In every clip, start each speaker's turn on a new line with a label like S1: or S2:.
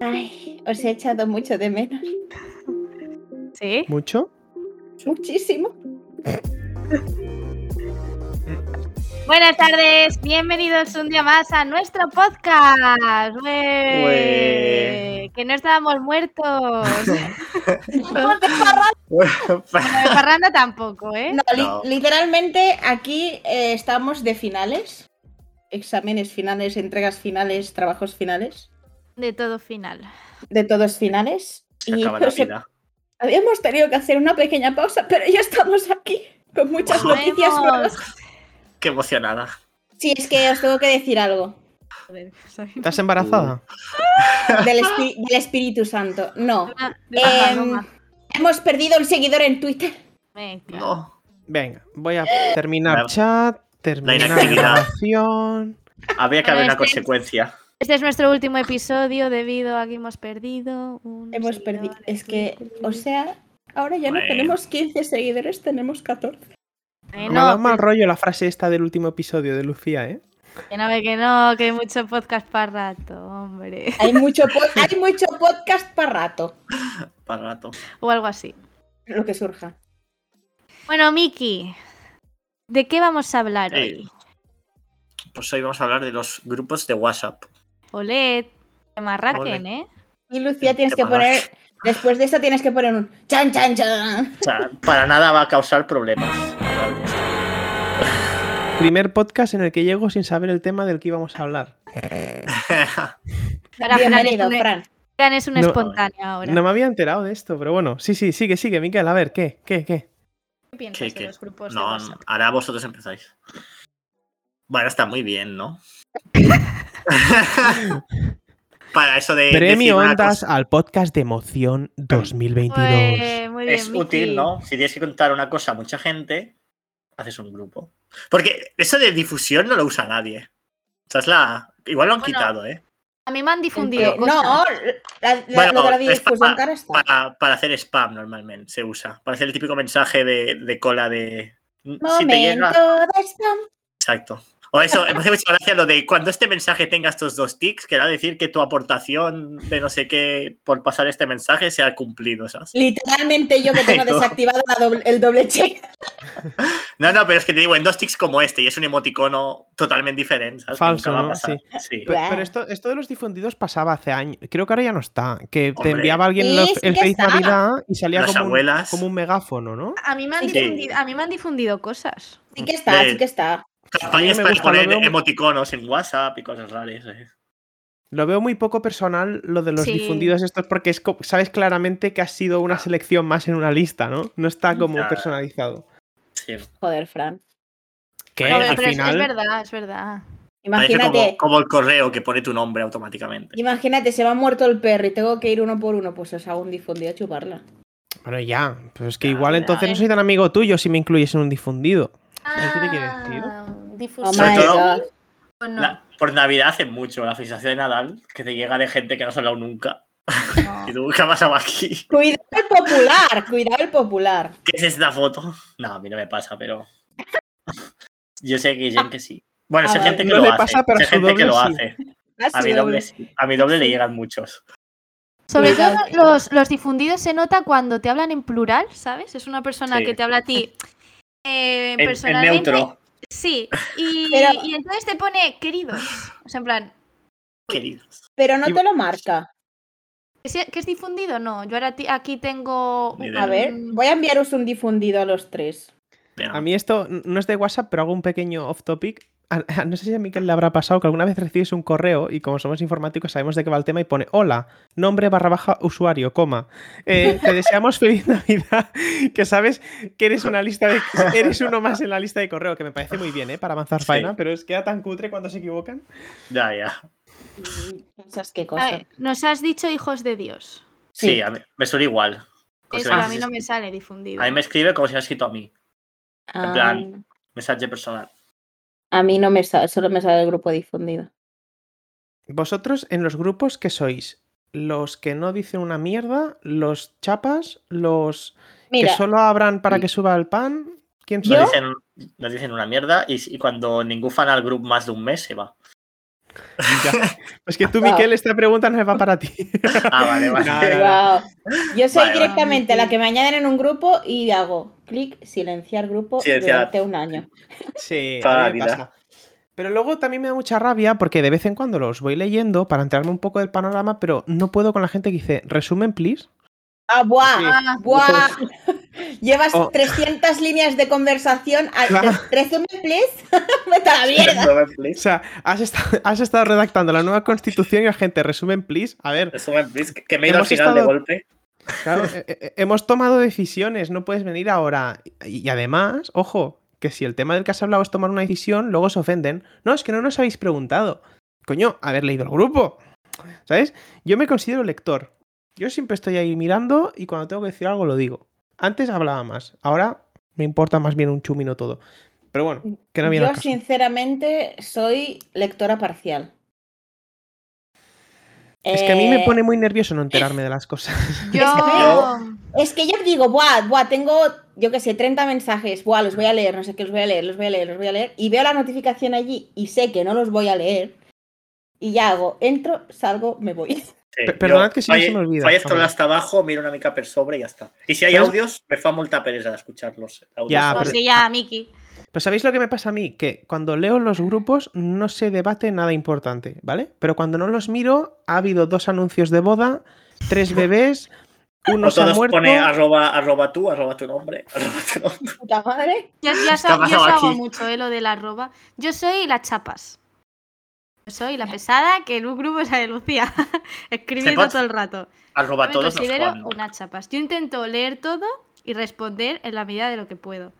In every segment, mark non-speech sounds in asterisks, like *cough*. S1: Ay, os he echado mucho de menos.
S2: *laughs* ¿Sí?
S3: ¿Mucho?
S1: Muchísimo.
S2: Buenas tardes, bienvenidos un día más a nuestro podcast. ¡Ué!
S4: Ué.
S2: Que no estábamos
S4: *laughs*
S2: muertos.
S1: Vamos de farra.
S2: Bueno, de parranda tampoco, ¿eh?
S1: No, li-
S4: No.
S1: literalmente aquí eh, estamos de finales. Exámenes finales, entregas finales, trabajos finales.
S2: De todo final.
S1: De todos finales.
S4: Se acaba la
S1: o sea,
S4: vida.
S1: habíamos tenido que hacer una pequeña pausa, pero ya estamos aquí con muchas
S4: Vamos.
S1: noticias nuevas.
S4: Qué emocionada.
S1: Sí, es que os tengo que decir algo
S2: Em,
S3: ¿Estás embarazada?
S1: del, espi- del Espíritu Santo. No.
S2: Ajá,
S1: Em,
S2: broma.
S1: hemos perdido un seguidor en Twitter.
S2: Venga.
S4: No.
S3: Venga, voy a
S4: La-
S3: terminar chat, terminar la
S4: inactividad.
S3: grabación.
S4: Había que haber
S2: Bueno,
S4: una
S2: es que-
S4: consecuencia.
S2: Este es nuestro último episodio debido a que hemos perdido un
S1: Hemos
S2: seguidor
S1: perdido.
S2: en
S1: Es que,
S2: Twitter.
S1: o sea, ahora ya no
S4: Bueno.
S1: tenemos 15 seguidores, tenemos 14.
S2: Eh,
S3: Me ha dado
S2: no,
S3: mal rollo la frase esta del último episodio de Lucía, ¿eh?
S2: que no, que no, que hay mucho podcast para rato, hombre.
S1: Hay mucho, po- hay mucho podcast para rato,
S4: Para rato.
S2: O algo así.
S1: lo que surja.
S2: Bueno, Miki, ¿de qué vamos a hablar
S4: Eh,
S2: hoy?
S4: Pues hoy vamos a hablar de los grupos de WhatsApp.
S2: Olet, que marraquen, ¿eh?
S1: Y Lucía tienes
S4: Qué
S1: que poner, después de esto tienes que poner un chan chan chan.
S4: O sea, para nada va a causar problemas. hablar de esto.
S3: Primer podcast en el que llego sin saber el tema del que íbamos a hablar.
S2: Ahora Fran es
S1: Bienvenido,
S2: un-
S1: Fran.
S2: Fran es un
S3: No.
S2: espontáneo ahora.
S3: No me había enterado de esto, pero bueno. Sí, sí, sigue, sigue, Miquel. A ver, ¿qué? ¿Qué?
S4: Eh,
S3: ¿Qué?
S2: ¿Qué piensas
S4: ¿Qué,
S2: de
S4: qué?
S2: los grupos de
S4: no,
S2: WhatsApp?
S4: ahora vosotros empezáis. Bueno, está muy bien, ¿no?
S2: *laughs*
S4: para eso de. decir
S3: Premio
S4: una
S3: Ondas
S4: cosa-
S3: al podcast de emoción 2022.
S2: Pues, muy bien,
S4: Es
S2: Miki.
S4: útil, ¿no? Si tienes que contar una cosa a mucha gente, haces un grupo. Porque eso de difusión no lo usa nadie. O sea, es la. Igual lo han
S2: Bueno,
S4: quitado, ¿eh?
S2: A mí me han difundido
S1: Eh, No,
S2: cosas.
S1: la- la-
S4: Bueno,
S1: lo de la
S4: es
S1: difusión cara está.
S4: Para, para hacer spam normalmente se usa. Para hacer el típico mensaje de, de cola de. "Mm, Si te
S1: Momento
S4: llega.
S1: de spam.
S4: Exacto. O eso, *laughs* me hace mucha gracia lo de cuando este mensaje tenga estos dos tics, querrá decir que tu aportación de no sé qué por pasar este mensaje se ha cumplido, ¿sabes?
S1: Literalmente yo que tengo
S4: Ay, no.
S1: desactivado la doble- el doble check.
S4: No, no, pero es que te digo, en dos tics como este, y es un emoticono totalmente diferente, ¿sabes? Que
S3: Falso,
S4: nunca va a
S3: ¿no?
S4: pasar. Sí.
S3: Pe- Pero esto, esto de los difundidos pasaba hace años. Creo que ahora ya no está. Que te
S4: Hombre.
S3: enviaba alguien
S1: Sí,
S3: los-
S1: sí
S3: el
S1: que
S3: Feliz
S1: está.
S3: Navidad y salía
S4: Las
S3: como un,
S4: abuelas.
S3: como un megáfono, ¿no?
S2: A mí me han
S1: Sí.
S2: difundido, a mí me han difundido cosas.
S1: Sí que está,
S4: Eh,
S1: sí que está.
S4: Campañas
S3: me
S4: para
S3: gusta, lo
S4: poner
S3: veo-
S4: emoticonos en WhatsApp y cosas raras. ¿eh?
S3: Lo veo muy poco personal lo de los
S2: Sí. Ah.
S3: difundidos estos porque es co- sabes claramente que ha sido una selección más en una lista, ¿no? No está como
S4: Ya.
S3: personalizado.
S4: Sí.
S1: Joder, Fran.
S3: Que
S4: Bueno,
S2: No,
S3: al
S2: pero es- es
S3: final
S2: verdad, es verdad.
S4: Parece
S1: Imagínate,
S4: como, como el correo que pone tu nombre automáticamente.
S1: imagínate, se me ha muerto el perro y tengo que ir uno por uno, pues os hago un difundido a chuparla.
S3: Bueno, ya, pues es que
S4: Ya,
S3: igual
S4: ya,
S3: entonces no
S2: eh.
S3: soy tan amigo tuyo si me incluyes en un difundido. ¿Qué tiene que ver, tío?
S2: Ah,
S1: Oh
S2: difusión.
S1: my
S4: Sobre todo-
S1: god.
S2: No, no,
S4: *laughs* La- por Navidad hacen mucho la felicitación de Nadal, que te llega de gente que no has hablado nunca. Y tú, ¿qué ha pasado aquí? *laughs*
S1: Cuidado el popular, cuidado el popular.
S4: ¿Qué es esta foto? No, a mí no me pasa, pero. *laughs* Yo sé que hay gente que sí. Bueno,
S1: Ah,
S4: si hay
S1: vale.
S4: gente que
S3: No
S4: lo
S3: le
S4: hace.
S3: pasa,
S4: si
S3: pero
S4: hay
S3: a su
S4: gente que
S3: doble
S4: lo
S3: sí.
S4: hace.
S1: Ah,
S4: A
S1: sí,
S4: mi doble
S1: doble.
S4: sí. A mi doble le llegan muchos.
S2: Sobre todo
S1: Cuidado.
S2: los, los difundidos se nota cuando te hablan en plural, ¿sabes? Es una persona
S4: Sí.
S2: que te habla a ti eh,
S4: En, en
S2: personalmente.
S4: neutro,
S2: Sí, y,
S1: Pero-
S2: y entonces te pone queridos. O sea, en plan,
S4: queridos.
S1: Pero no
S3: pues
S1: te lo marca.
S2: ¿que sea- que es difundido? No, yo ahora ti- aquí tengo...
S4: Ni
S2: un-
S4: idea.
S1: A ver, voy a enviaros un difundido a los tres.
S4: Pero-
S3: A mí esto n- no es de WhatsApp, pero hago un pequeño off topic. A- a- No sé si a Miquel le habrá pasado que alguna vez recibes un correo y como somos informáticos sabemos de qué va el tema y pone hola, nombre barra baja usuario, coma. Eh, te deseamos feliz *laughs* Navidad, que sabes que eres una lista de eres uno más en la lista de correo, que me parece muy bien, ¿eh? Para avanzar
S4: Sí.
S3: faena, pero es queda tan cutre cuando se equivocan.
S4: Ya, ya.
S1: ¿Sabes qué
S2: A
S1: cosa?
S2: ver, nos has dicho hijos de Dios.
S4: Sí,
S1: Sí.
S4: a mí me suena igual. Como si
S2: Eso
S4: me
S2: a mí no me sale difundido.
S4: a mí me escribe como si me hubiera escrito a mí.
S1: Ah,
S4: plan. Mensaje personal.
S1: a mí no me sale, solo me sale el grupo difundido.
S3: Vosotros en los grupos que sois, los que no dicen una mierda, los chapas, los
S1: Mira, Mm.
S3: que solo abran para que suba el pan, ¿quién
S1: ¿Yo?
S3: sois?
S4: Nos dicen, nos dicen una mierda y, y cuando ningún fan al grupo más de un mes se va.
S3: Ya. Es que tú, Miquel, esta pregunta no me va para ti.
S4: Ah, vale, vale.
S3: No, no, no.
S1: Guau. Yo soy
S4: Vale, vale.
S1: directamente la que me añaden en un grupo y hago clic, silenciar grupo
S4: Silenciar.
S1: durante un año.
S3: Sí,
S4: Toda
S3: a
S4: la
S3: mí me
S4: vida.
S3: pasa. Pero luego también me da mucha rabia porque de vez en cuando los voy leyendo para enterarme un poco del panorama, pero no puedo con la gente que dice, resumen, please.
S1: Ah, buah,
S3: Sí.
S2: Ah,
S1: buah. Llevas
S3: Oh.
S1: 300 líneas de conversación. ah, al-
S3: Claro.
S1: Resume, please. *laughs* Vete a la mierda.
S3: O sea, has estado, has estado redactando la nueva constitución y la gente, resumen, please. A ver,
S4: Resumen, please, que- que me he ido al
S3: Hemos
S4: final de
S3: estado-
S4: golpe.
S1: *laughs*
S3: claro, eh, eh, hemos tomado decisiones, no puedes venir ahora. Y, y además, ojo, que si el tema del que has hablado es tomar una decisión, luego se ofenden. No, es que no nos habéis preguntado. Coño, haber leído el grupo. ¿Sabes? Yo me considero lector. Yo siempre estoy ahí mirando y cuando tengo que decir algo lo digo. Antes hablaba más, ahora me importa más bien un chumino todo. Pero bueno, que no viene al
S1: Yo,
S3: caso.
S1: sinceramente, soy lectora parcial.
S3: Es que a mí me
S1: Eh,
S3: pone muy nervioso no enterarme de las cosas.
S4: *laughs*
S2: Yo.
S1: Es que yo digo, buah, buah, tengo, yo qué sé, 30 mensajes, buah, los voy a leer, no sé qué, los voy a leer, los voy a leer, los voy a leer, y veo la notificación allí y sé que no los voy a leer, y ya hago, entro, salgo, me voy. *laughs*
S4: Sí,
S3: Pe-
S4: yo
S3: perdonad que si no se
S4: falle-
S3: me olvida,
S4: falle
S3: por
S4: scroll
S3: favor.
S4: hasta abajo, miro una mica per sobre y ya está. Y si hay
S3: ¿Sabes?
S4: audios, me fa molta pereza escucharlos. eh, Audios.
S3: Ya, Ah,
S2: Pues
S3: pero-
S2: sí, ya, Miki.
S3: Pues sabéis lo que me pasa a mí, que cuando leo los grupos no se debate nada importante, ¿vale? Pero cuando no los miro, ha habido dos anuncios de boda, tres bebés, uno
S4: O
S3: se ha
S4: todos
S3: muerto.
S4: pone arroba, arroba tú, arroba tu nombre, *laughs* arroba tu nombre.
S1: Puta madre.
S2: Yo, yo eso,
S4: ha
S2: yo eso
S4: pasado
S2: hago
S4: aquí?
S2: mucho, eh, lo de la arroba. Yo soy las chapas. Yo soy la pesada que en un grupo es la de Lucía, *laughs* escribiendo
S4: Chapas.
S2: todo el rato. Yo
S4: Arroba
S2: me
S4: todos nos
S2: considero
S4: Juan.
S2: unas chapas. Yo intento leer todo y responder en la medida de lo que puedo.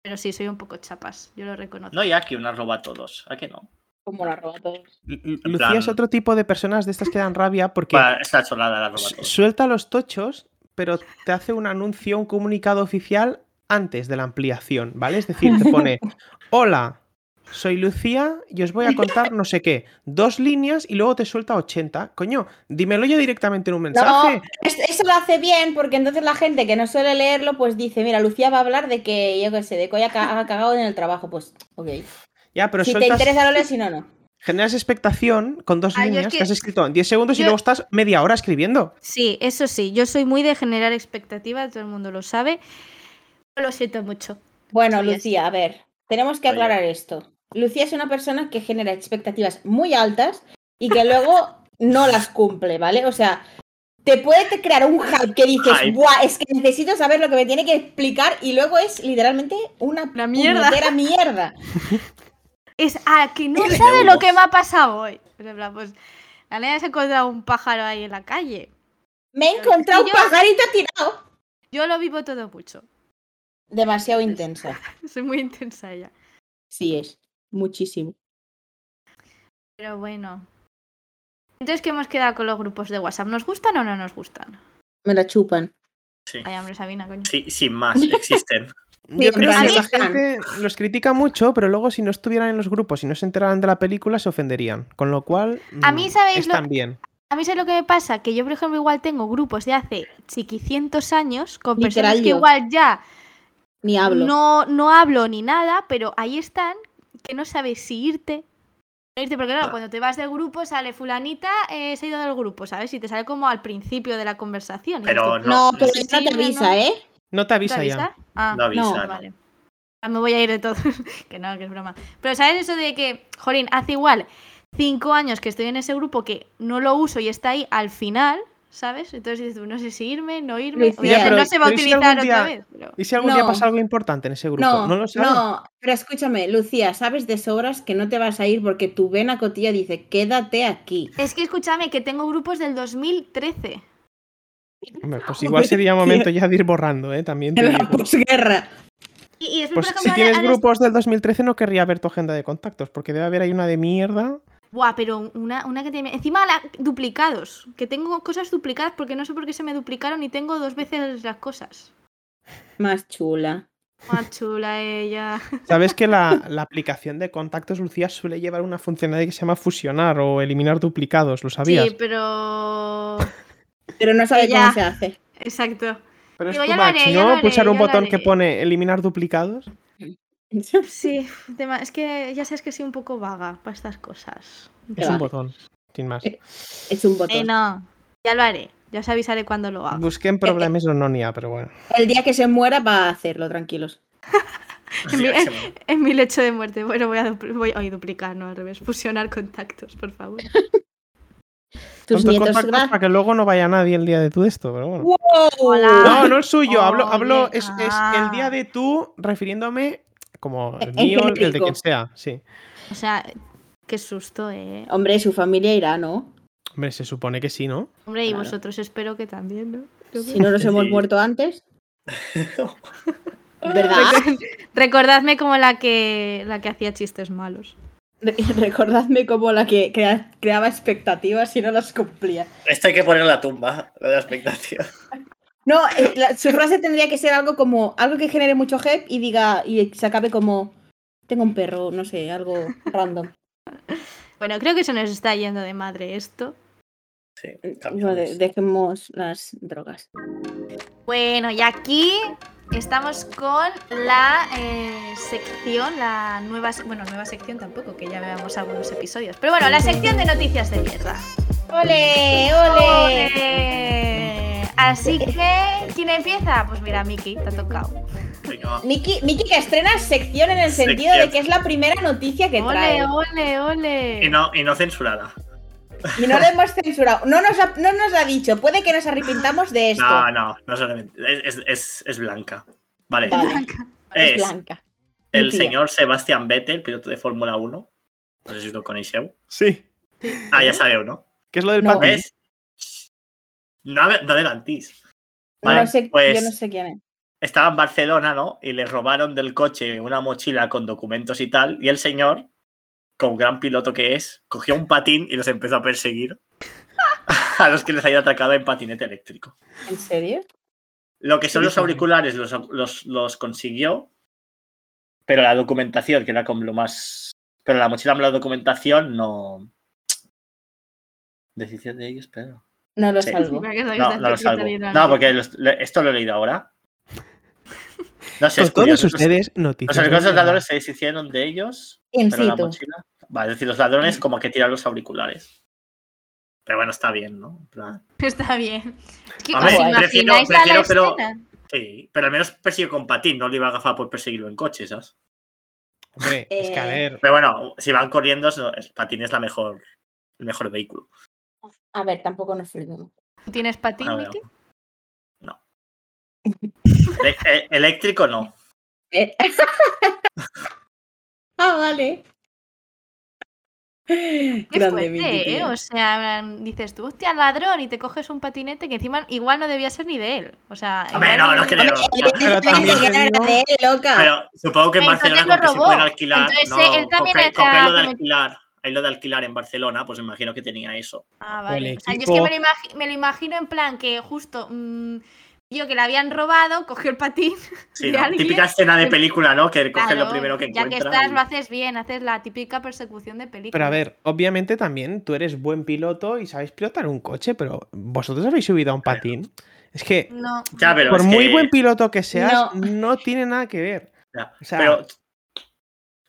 S2: Pero sí, soy un poco chapas, yo lo reconozco.
S4: No hay aquí un arroba todos, aquí no.
S1: Como la roba todos.
S3: Lu- Lu-
S4: en
S3: Lucía es
S4: plan-
S3: otro tipo de personas de estas que dan rabia porque
S4: Va, está chorrada la arroba
S3: su-
S4: todos.
S3: suelta los tochos, pero te hace un anuncio, un comunicado oficial antes de la ampliación, ¿vale? Es decir, te pone, hola, soy Lucía y os voy a contar no sé qué, dos líneas y luego te suelta 80. Coño, dímelo ya directamente en un mensaje.
S1: No, es- eso lo hace bien porque entonces la gente que no suele leerlo, pues dice, mira, Lucía va a hablar de que, yo qué sé, de que hoy ha ca- ha cagado en el trabajo, pues, ok.
S3: Ya, pero
S1: si te
S3: sueltas,
S1: interesa lo lees, si no, no.
S3: generas expectación con dos
S2: Ah, yo es
S3: líneas que...
S2: que-
S3: has escrito en 10 segundos y
S2: yo-
S3: luego estás media hora escribiendo.
S2: Sí, eso sí, yo soy muy de generar expectativas, todo el mundo lo sabe. Yo Lo siento mucho.
S1: Bueno,
S2: Soy
S1: Lucía, a ver, tenemos que
S4: Soy yo.
S1: aclarar esto. Lucía es una persona que genera expectativas muy altas y que luego no las cumple, ¿vale? O sea, te puede te crear un hype que dices,
S4: Hype.
S1: ¡buah! Es que necesito saber lo que me tiene que explicar y luego es literalmente una
S2: Una mierda.
S1: puñetera mierda.
S2: Es a que no
S4: *laughs* Tiene
S2: sabe lo
S4: huevos.
S2: que me ha pasado hoy. Pero en plan, pues, la nena se ha encontrado un pájaro ahí en la calle.
S1: Me he
S2: Pero es
S1: encontrado
S2: que
S1: un
S2: yo-
S1: pajarito tirado.
S2: Yo lo vivo todo mucho. *laughs*
S1: Demasiado
S2: Pues
S1: intensa.
S2: Soy muy intensa ya.
S1: Sí es. Muchísimo.
S2: Pero bueno. Entonces, ¿qué hemos quedado con los grupos de WhatsApp? ¿Nos gustan o no nos gustan?
S1: Me la chupan.
S2: Ay, hombre, Sabina, coño.
S4: Sí, sin más, existen.
S3: Yo
S1: claro.
S3: creo que la
S1: Ahí están.
S3: gente los critica mucho, pero luego si no estuvieran en los grupos y no se enteraran de la película, se ofenderían. Con lo cual,
S2: A mí,
S3: mm,
S2: ¿sabéis lo-
S3: están bien.
S2: A mí, ¿sabes lo que me pasa? Que yo, por ejemplo, igual tengo grupos de hace chiquicientos años con personas
S1: Literal
S2: que
S1: yo.
S2: igual ya
S1: Ni hablo.
S2: no, no hablo ni nada, pero ahí están, que no sabes si irte. no irte, Porque claro, cuando te vas del grupo sale fulanita, eh, se ha ido del grupo, ¿sabes? Y te sale como al principio de la conversación. y
S4: Pero
S2: dices,
S1: No,
S4: no,
S1: pero
S2: sí,
S1: eso no te
S2: no,
S1: avisa,
S2: no.
S1: ¿eh?
S3: No te
S2: ¿te
S3: avisa ya.
S2: avisa? Ah.
S4: no avisan.
S2: Vale. Ah, Me voy a ir de todo. *laughs* que no, que es broma. Pero ¿sabes eso de que, Jorín, hace igual cinco años que estoy en ese grupo que no lo uso y está ahí al final, ¿sabes? Entonces dices, tú, no sé si irme, no irme.
S1: Lucía.
S2: Obviamente
S1: Ya, pero-
S2: no se va a
S3: pero ¿y si
S2: utilizar
S3: algún
S2: otra
S3: día-
S2: vez. pero-
S3: ¿Y si algún día
S1: No.
S3: pasa algo importante en ese grupo? No,
S1: No,
S3: lo sabes.
S1: no, pero escúchame, Lucía, sabes de sobras que no te vas a ir porque tu vena cotilla dice, quédate aquí.
S2: Es que escúchame, que tengo grupos del 2013.
S3: Hombre, Pues
S2: *laughs*
S3: igual sería momento ya de ir borrando, ¿eh? También te
S1: En la
S3: digo.
S1: posguerra.
S2: Y, y después, por
S3: Pues
S2: ejemplo,
S3: si
S2: ahora-
S3: tienes
S2: ahora es-
S3: grupos del 2013 no querría ver tu agenda de contactos, porque debe haber ahí una de mierda.
S2: Buah, pero una, una que tiene. Encima la- duplicados. Que tengo cosas duplicadas porque no sé por qué se me duplicaron y tengo dos veces las cosas.
S1: Más chula.
S2: Más chula ella.
S3: Sabes que la, la aplicación de contactos, Lucía, suele llevar una funcionalidad que se llama fusionar o eliminar duplicados, ¿lo sabías?
S2: Sí, pero.
S1: Pero no sabe
S2: Ella.
S1: cómo se hace. *laughs*
S2: Exacto.
S3: Pero es
S2: digo,
S3: tu
S2: ya lo
S3: match,
S2: haré, ya
S3: ¿no?
S2: lo haré,
S3: Pulsar un
S2: ya lo
S3: botón que
S2: haré.
S3: pone eliminar duplicados.
S2: Sí, tema- es que ya sabes que soy un poco vaga para estas cosas.
S3: Es
S1: Vale.
S3: un botón, sin más.
S1: Eh, Es un botón.
S2: Eh, no, ya lo haré. Ya os avisaré cuando lo haga.
S3: Busquen problemas o no ni a, pero bueno.
S1: El día que se muera va a hacerlo, tranquilos.
S2: Mira. En mi lecho de muerte. Bueno, voy a, dupli- voy ay, duplicar, no al revés. Fusionar contactos, por favor.
S1: Tus
S3: Tanto
S1: nietos.
S3: contactos
S1: gra-
S3: para que luego no vaya nadie el día de tú esto, pero bueno.
S1: ¡Wow!
S2: Hola.
S3: No, no es suyo, hablo, hablo
S2: Oye,
S3: es, es
S2: ah.
S3: el día de tú refiriéndome como el
S1: En
S3: mío, el de
S1: genérico.
S3: quien sea, sí.
S2: O sea, qué susto, ¿eh?
S1: Hombre, su familia irá, ¿no?
S3: Hombre, se supone que sí, ¿no?
S2: Hombre, y
S1: Claro.
S2: vosotros espero que también, ¿no?
S1: Si no nos hemos
S4: Sí.
S1: muerto
S3: *laughs*
S1: antes.
S2: *laughs*
S1: ¿Verdad?
S2: Recordadme como la que, la que hacía chistes malos.
S1: Re- *laughs* Recordadme como la que crea- creaba expectativas y no las cumplía.
S4: Esto hay que poner en la tumba, lo de la expectativa.
S1: No, eh, la- su frase tendría que ser algo como algo que genere mucho hype y diga y se acabe como tengo un perro, no sé, algo random.
S2: Bueno, creo que se nos está yendo de madre esto.
S4: Sí,
S1: No, de- dejemos las drogas.
S2: Bueno, y aquí estamos con la eh, sección, la nueva, se- bueno, nueva sección tampoco, que ya veamos algunos episodios. Pero bueno, la sección de noticias de mierda.
S1: ¡Ole!
S2: ¡Ole! Así que, ¿quién empieza? Pues mira, Miki, te ha tocado.
S4: Venga, va.
S1: Miki, Miki que estrena sección en el sentido de
S4: Sección.
S1: que es la primera noticia que trae.
S2: ¡Ole, ole, ole!
S4: Y
S2: *laughs*
S4: no, y no censurada.
S1: Y no la hemos censurado. No nos, ha, no nos ha dicho. Puede que nos arrepintamos de esto.
S4: No, no, no solamente. Es, es- es- es blanca. Vale.
S1: Vale. es,
S4: Es
S1: blanca.
S4: el
S1: tía.
S4: señor Sebastián Vettel, piloto de Fórmula 1. No sé si lo coneixeu.
S3: Sí.
S4: Ah, ya sabeu, ¿no?
S3: ¿Qué es lo del
S1: No.
S3: patín?
S4: ¿Ves? No, ave- no adelantís. Vale,
S1: no sé,
S4: pues-
S1: Yo no sé quién es.
S4: Estaba en Barcelona, ¿no? Y le robaron del coche una mochila con documentos y tal. Y el señor, con gran piloto que es, cogió un patín y los empezó a perseguir *laughs* a los que les había atacado en patinete eléctrico.
S1: ¿En serio?
S4: Lo que son
S3: Sí,
S4: los
S3: sí.
S4: auriculares los, los- los consiguió, pero la documentación, que era como lo más. Pero la mochila con la documentación no. Decisión de ellos, pero.
S1: No lo
S4: Sí.
S1: salvo.
S4: No, no lo salvo. No, porque los- le- esto lo he leído ahora. No sé,
S3: Con todos
S4: es curioso.
S3: ustedes,
S4: Los
S3: noticias.
S4: auriculares
S3: de mierda.
S4: ladrones se deshicieron de ellos,
S1: En
S4: pero la
S1: situ.
S4: mochila. Vale, es decir, los ladrones como que tiran los auriculares. Pero bueno, está bien, ¿no? En plan,
S2: *laughs* Está bien. Es que,
S4: A ver,
S2: ¿os
S1: prefiero-
S2: imagináis a la
S4: prefiero, pero-
S2: escena?
S4: Sí, pero al menos persiguió con patín, no le iba a agafar por perseguirlo en coche, ¿sabes?
S2: *laughs*
S3: Hombre, es que a
S1: Eh,
S3: ver.
S4: Pero bueno, si van corriendo, es- el patín es la mejor, el mejor vehículo.
S1: A ver, tampoco nos frenemos.
S2: ¿Tú tienes patín,
S4: Ah, bueno.
S2: Miki?
S4: No. Ele- e-
S2: *laughs*
S4: eléctrico no.
S1: Eh. *laughs* ah, vale.
S2: Qué
S1: Grande,
S2: fuerte,
S1: Miki,
S2: ¿eh?
S1: tío.
S2: O sea, dices tú, hostia, ladrón, y te coges un patinete que encima igual no debía ser ni de él. O sea,
S4: Hombre,
S2: igual
S4: no, no
S2: ni-
S4: creo. O sea,
S3: Pero también
S1: Esa
S3: te
S1: era
S3: digo-
S1: de él, loca.
S4: Pero supongo que en
S2: Entonces
S4: Barcelona,
S2: lo
S4: como que se
S2: robó.
S4: pueden alquilar.
S2: Entonces,
S4: no,
S2: él también
S4: porque- porque
S2: está
S4: hay lo de
S2: como-
S4: alquilar, hay lo de alquilar en Barcelona, pues imagino que tenía eso.
S2: Ah,
S3: O el
S2: vale. O sea, yo es que
S3: equipo.
S2: me lo, imagi- me lo imagino en plan que justo mm, vio que le habían robado, cogió el
S4: *laughs*
S2: patín.
S4: Sí,
S2: de
S4: ¿no?
S2: alguien.
S4: Típica escena de película, ¿no? Que coges
S2: Claro,
S4: lo primero que
S2: ya que
S4: encuentras.
S2: estás,
S4: y-
S2: lo haces bien, haces la típica persecución de película.
S3: Pero a ver, obviamente también tú eres buen piloto y sabéis pilotar un coche, pero vosotros habéis subido a un patín. Es que
S2: No.
S4: Ya, pero
S3: por
S4: es
S3: muy
S4: que-
S3: buen piloto que seas,
S1: No.
S3: no. tiene nada
S2: *laughs*
S3: que ver.
S4: Ya,
S3: O sea-
S4: Pero,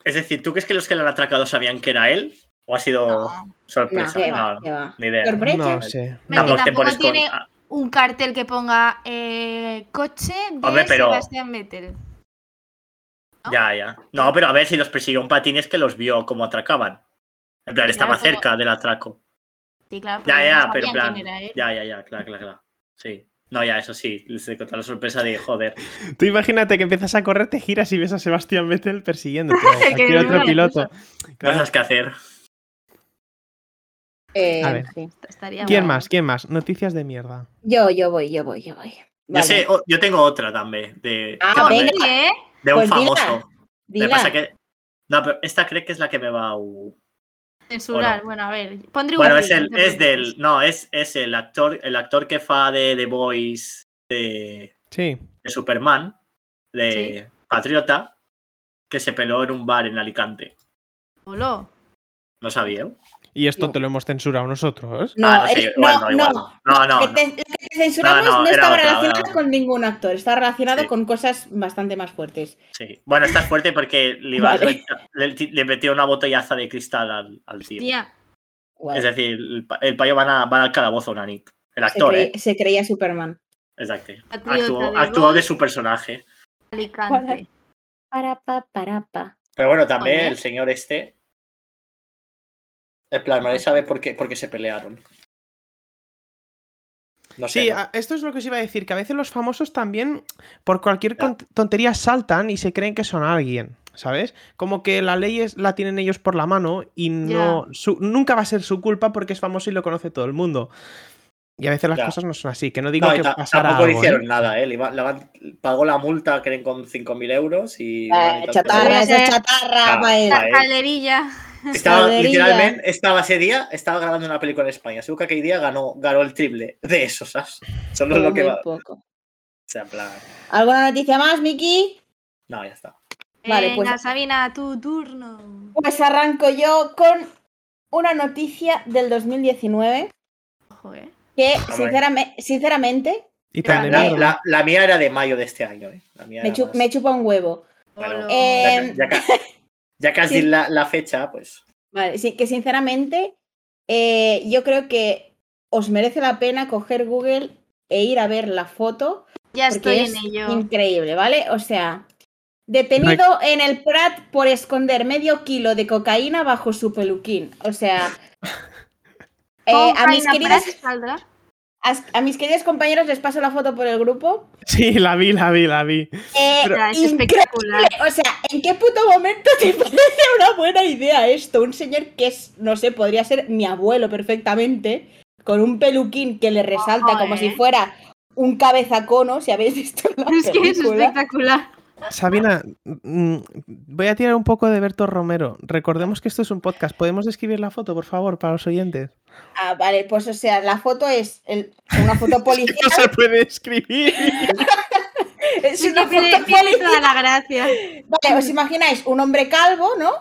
S4: es decir, ¿tú crees que los que le han atracado sabían que era él? ¿O ha sido
S2: No.
S4: sorpresa?
S1: No, que
S4: No,
S1: va, que va.
S4: ni idea.
S1: Sorpresa. Brecha.
S3: No sé.
S2: Venga,
S4: Tampoco te
S2: tampoco
S4: pones con-
S2: tiene-
S4: ah,
S2: Un cartel que ponga eh, coche de
S4: Hombre, pero-
S2: Sebastián Vettel. ¿no?
S4: Ya, ya. No, pero a ver si los persiguió un patín es que los vio como atracaban. En plan, estaba
S2: Claro, pero-
S4: cerca del atraco.
S2: Sí, claro, pero
S4: Ya, ya,
S2: no
S4: pero en
S2: sabían
S4: plan.
S2: quién era él.
S4: Ya, ya, ya, claro, claro, claro. Sí. No, ya, eso sí. Les he contado la sorpresa de, joder,
S3: Tú imagínate que empiezas a correr, te giras y ves a Sebastián Vettel persiguiéndote. o
S2: *laughs* Que
S3: cualquier
S2: no
S3: otro
S2: me
S3: piloto. Claro.
S4: cosas que hacer.
S1: Eh,
S3: A ver.
S1: sí.
S2: Estaría
S3: ¿Quién
S2: guay.
S3: más? ¿Quién más? Noticias de mierda.
S1: Yo, yo voy, yo voy, yo voy.
S4: Yo,
S1: Vale,
S4: sé, o- yo tengo otra también, de,
S1: Ah,
S2: Ah,
S4: de-
S1: venga.
S2: sí, ¿eh?
S4: de un
S1: Pues dila,
S4: famoso. Me
S1: dila.
S4: pasa que. No, pero esta cree que es la que me va a. u-
S2: Censurar, bueno, a ver. Pondré
S4: Bueno,
S2: un
S4: es, el,
S2: link, no te
S4: es del.
S2: preocupes.
S4: No, es, es el actor el actor que fa de The Voice de,
S3: Sí.
S4: de Superman, de Patriota, que se peló en un bar en Alicante.
S2: Voló.
S4: ¿No sabía?
S3: Y esto
S1: No.
S3: te lo hemos censurado nosotros.
S1: No,
S4: Ah,
S1: es-
S4: sí, igual,
S1: no,
S4: igual.
S1: no.
S4: no, no,
S1: Lo que
S4: no.
S1: te- lo que te que censuramos
S4: No,
S1: no,
S4: no, era
S1: estaba
S4: otra, era
S1: relacionado
S4: otra.
S1: con ningún actor, está relacionado
S4: Sí.
S1: con cosas bastante más fuertes.
S4: Sí. Bueno, está fuerte porque le, iba-
S1: Vale.
S4: le, le metió una botellaza de cristal al, al tío.
S2: Tía,
S1: Guau.
S4: Es decir, el, pa- el payo van, a- van al calabozo, Nanit. El
S1: se,
S4: actor,
S1: cre-
S4: ¿eh?
S1: se creía Superman.
S4: Exacto.
S2: Patriota
S4: Actuó,
S2: de
S4: actuó de
S2: Vox.
S4: su personaje.
S2: Alicante.
S1: Para pa, para pa.
S4: Pero bueno, también
S2: Oye.
S4: el señor este. En plan, nadie sabe por qué, por qué se pelearon. No sé.
S3: Sí, ah,
S4: ¿no?
S3: a- esto es lo que os iba a decir, que a veces los famosos también por cualquier
S4: Ya.
S3: con- tontería saltan y se creen que son alguien, ¿sabes? Como que la ley es- la tienen ellos por la mano y no su- nunca va a ser su culpa porque es famoso y lo conoce todo el mundo. Y a veces las
S4: Ya.
S3: cosas no son así, que no digo
S4: No, y
S3: que
S4: ta-
S3: pasara
S4: tampoco le
S3: algo, ¿eh?
S4: hicieron nada, ¿eh? Le iba- le van- pagó la multa, creen, con 5.000 euros y...
S1: Eh, chatarra,
S2: Podría
S1: eso es
S2: ser.
S1: chatarra,
S4: Ah,
S1: Rafael.
S4: vale.
S2: La calderilla.
S4: Estaba,
S1: Calderilla.
S4: literalmente, estaba ese día, estaba grabando una película en España. Seguro que aquel día ganó, ganó el triple de eso, ¿sabes? Solo
S1: Pero
S4: lo que
S1: muy
S4: va... O
S1: poco.
S4: sea, en plan...
S1: ¿Alguna noticia más, Miki?
S4: No, ya está.
S1: Vale, pues-
S2: Venga, Sabina, tu turno.
S1: Pues arranco yo con una noticia del 2019
S2: Ojo, eh.
S1: que,
S4: Hombre.
S1: sinceramente, sinceramente
S3: Y tan de
S2: Claro.
S4: La,
S3: mierda.
S4: la- la mía era de mayo de este año, ¿eh? La mía
S1: me,
S4: era
S1: chu-
S4: más-
S1: me chupa un huevo.
S4: Bueno,
S2: Olo.
S1: Eh,
S4: ya, ya ca-
S1: *laughs*
S4: ya casi
S1: sí.
S4: la, la fecha, pues...
S1: Vale, sí, que sinceramente eh, yo creo que os merece la pena coger Google e ir a ver la foto
S2: ya estoy
S1: porque
S2: en
S1: es
S2: ello.
S1: increíble, ¿vale? O sea, detenido en el Prat por esconder medio kilo de cocaína bajo su peluquín. O sea, eh,
S2: ¿Cómo
S1: a, mis
S2: Faina
S1: queridas,
S2: Pratt saldrá?
S1: a- a mis queridos compañeros les paso la foto por el grupo.
S3: Sí, la vi, la vi, la vi.
S1: Eh,
S2: Ya, es
S1: increíble.
S2: espectacular.
S1: O sea, ¿en qué puto momento te *laughs* parece una buena idea esto? Un señor que es, no sé, podría ser mi abuelo perfectamente, con un peluquín que le resalta
S2: Ojo,
S1: como
S2: ¿eh?
S1: si fuera un cabezacono, si habéis visto la
S2: *laughs* Es que es
S1: película.
S2: espectacular.
S3: Sabina, mm, voy a tirar un poco de Berto Romero. Recordemos que esto es un podcast. ¿Podemos describir la foto, por favor, para los oyentes?
S1: Ah, vale, pues o sea, la foto es el- una foto policial.
S2: *laughs*
S3: *laughs* No se puede escribir.
S1: es
S2: Sí,
S1: una
S2: que
S1: foto
S2: tiene, tiene
S1: policial.
S2: toda
S1: *laughs*
S2: la gracia.
S1: Vale, os imagináis un hombre calvo, ¿no?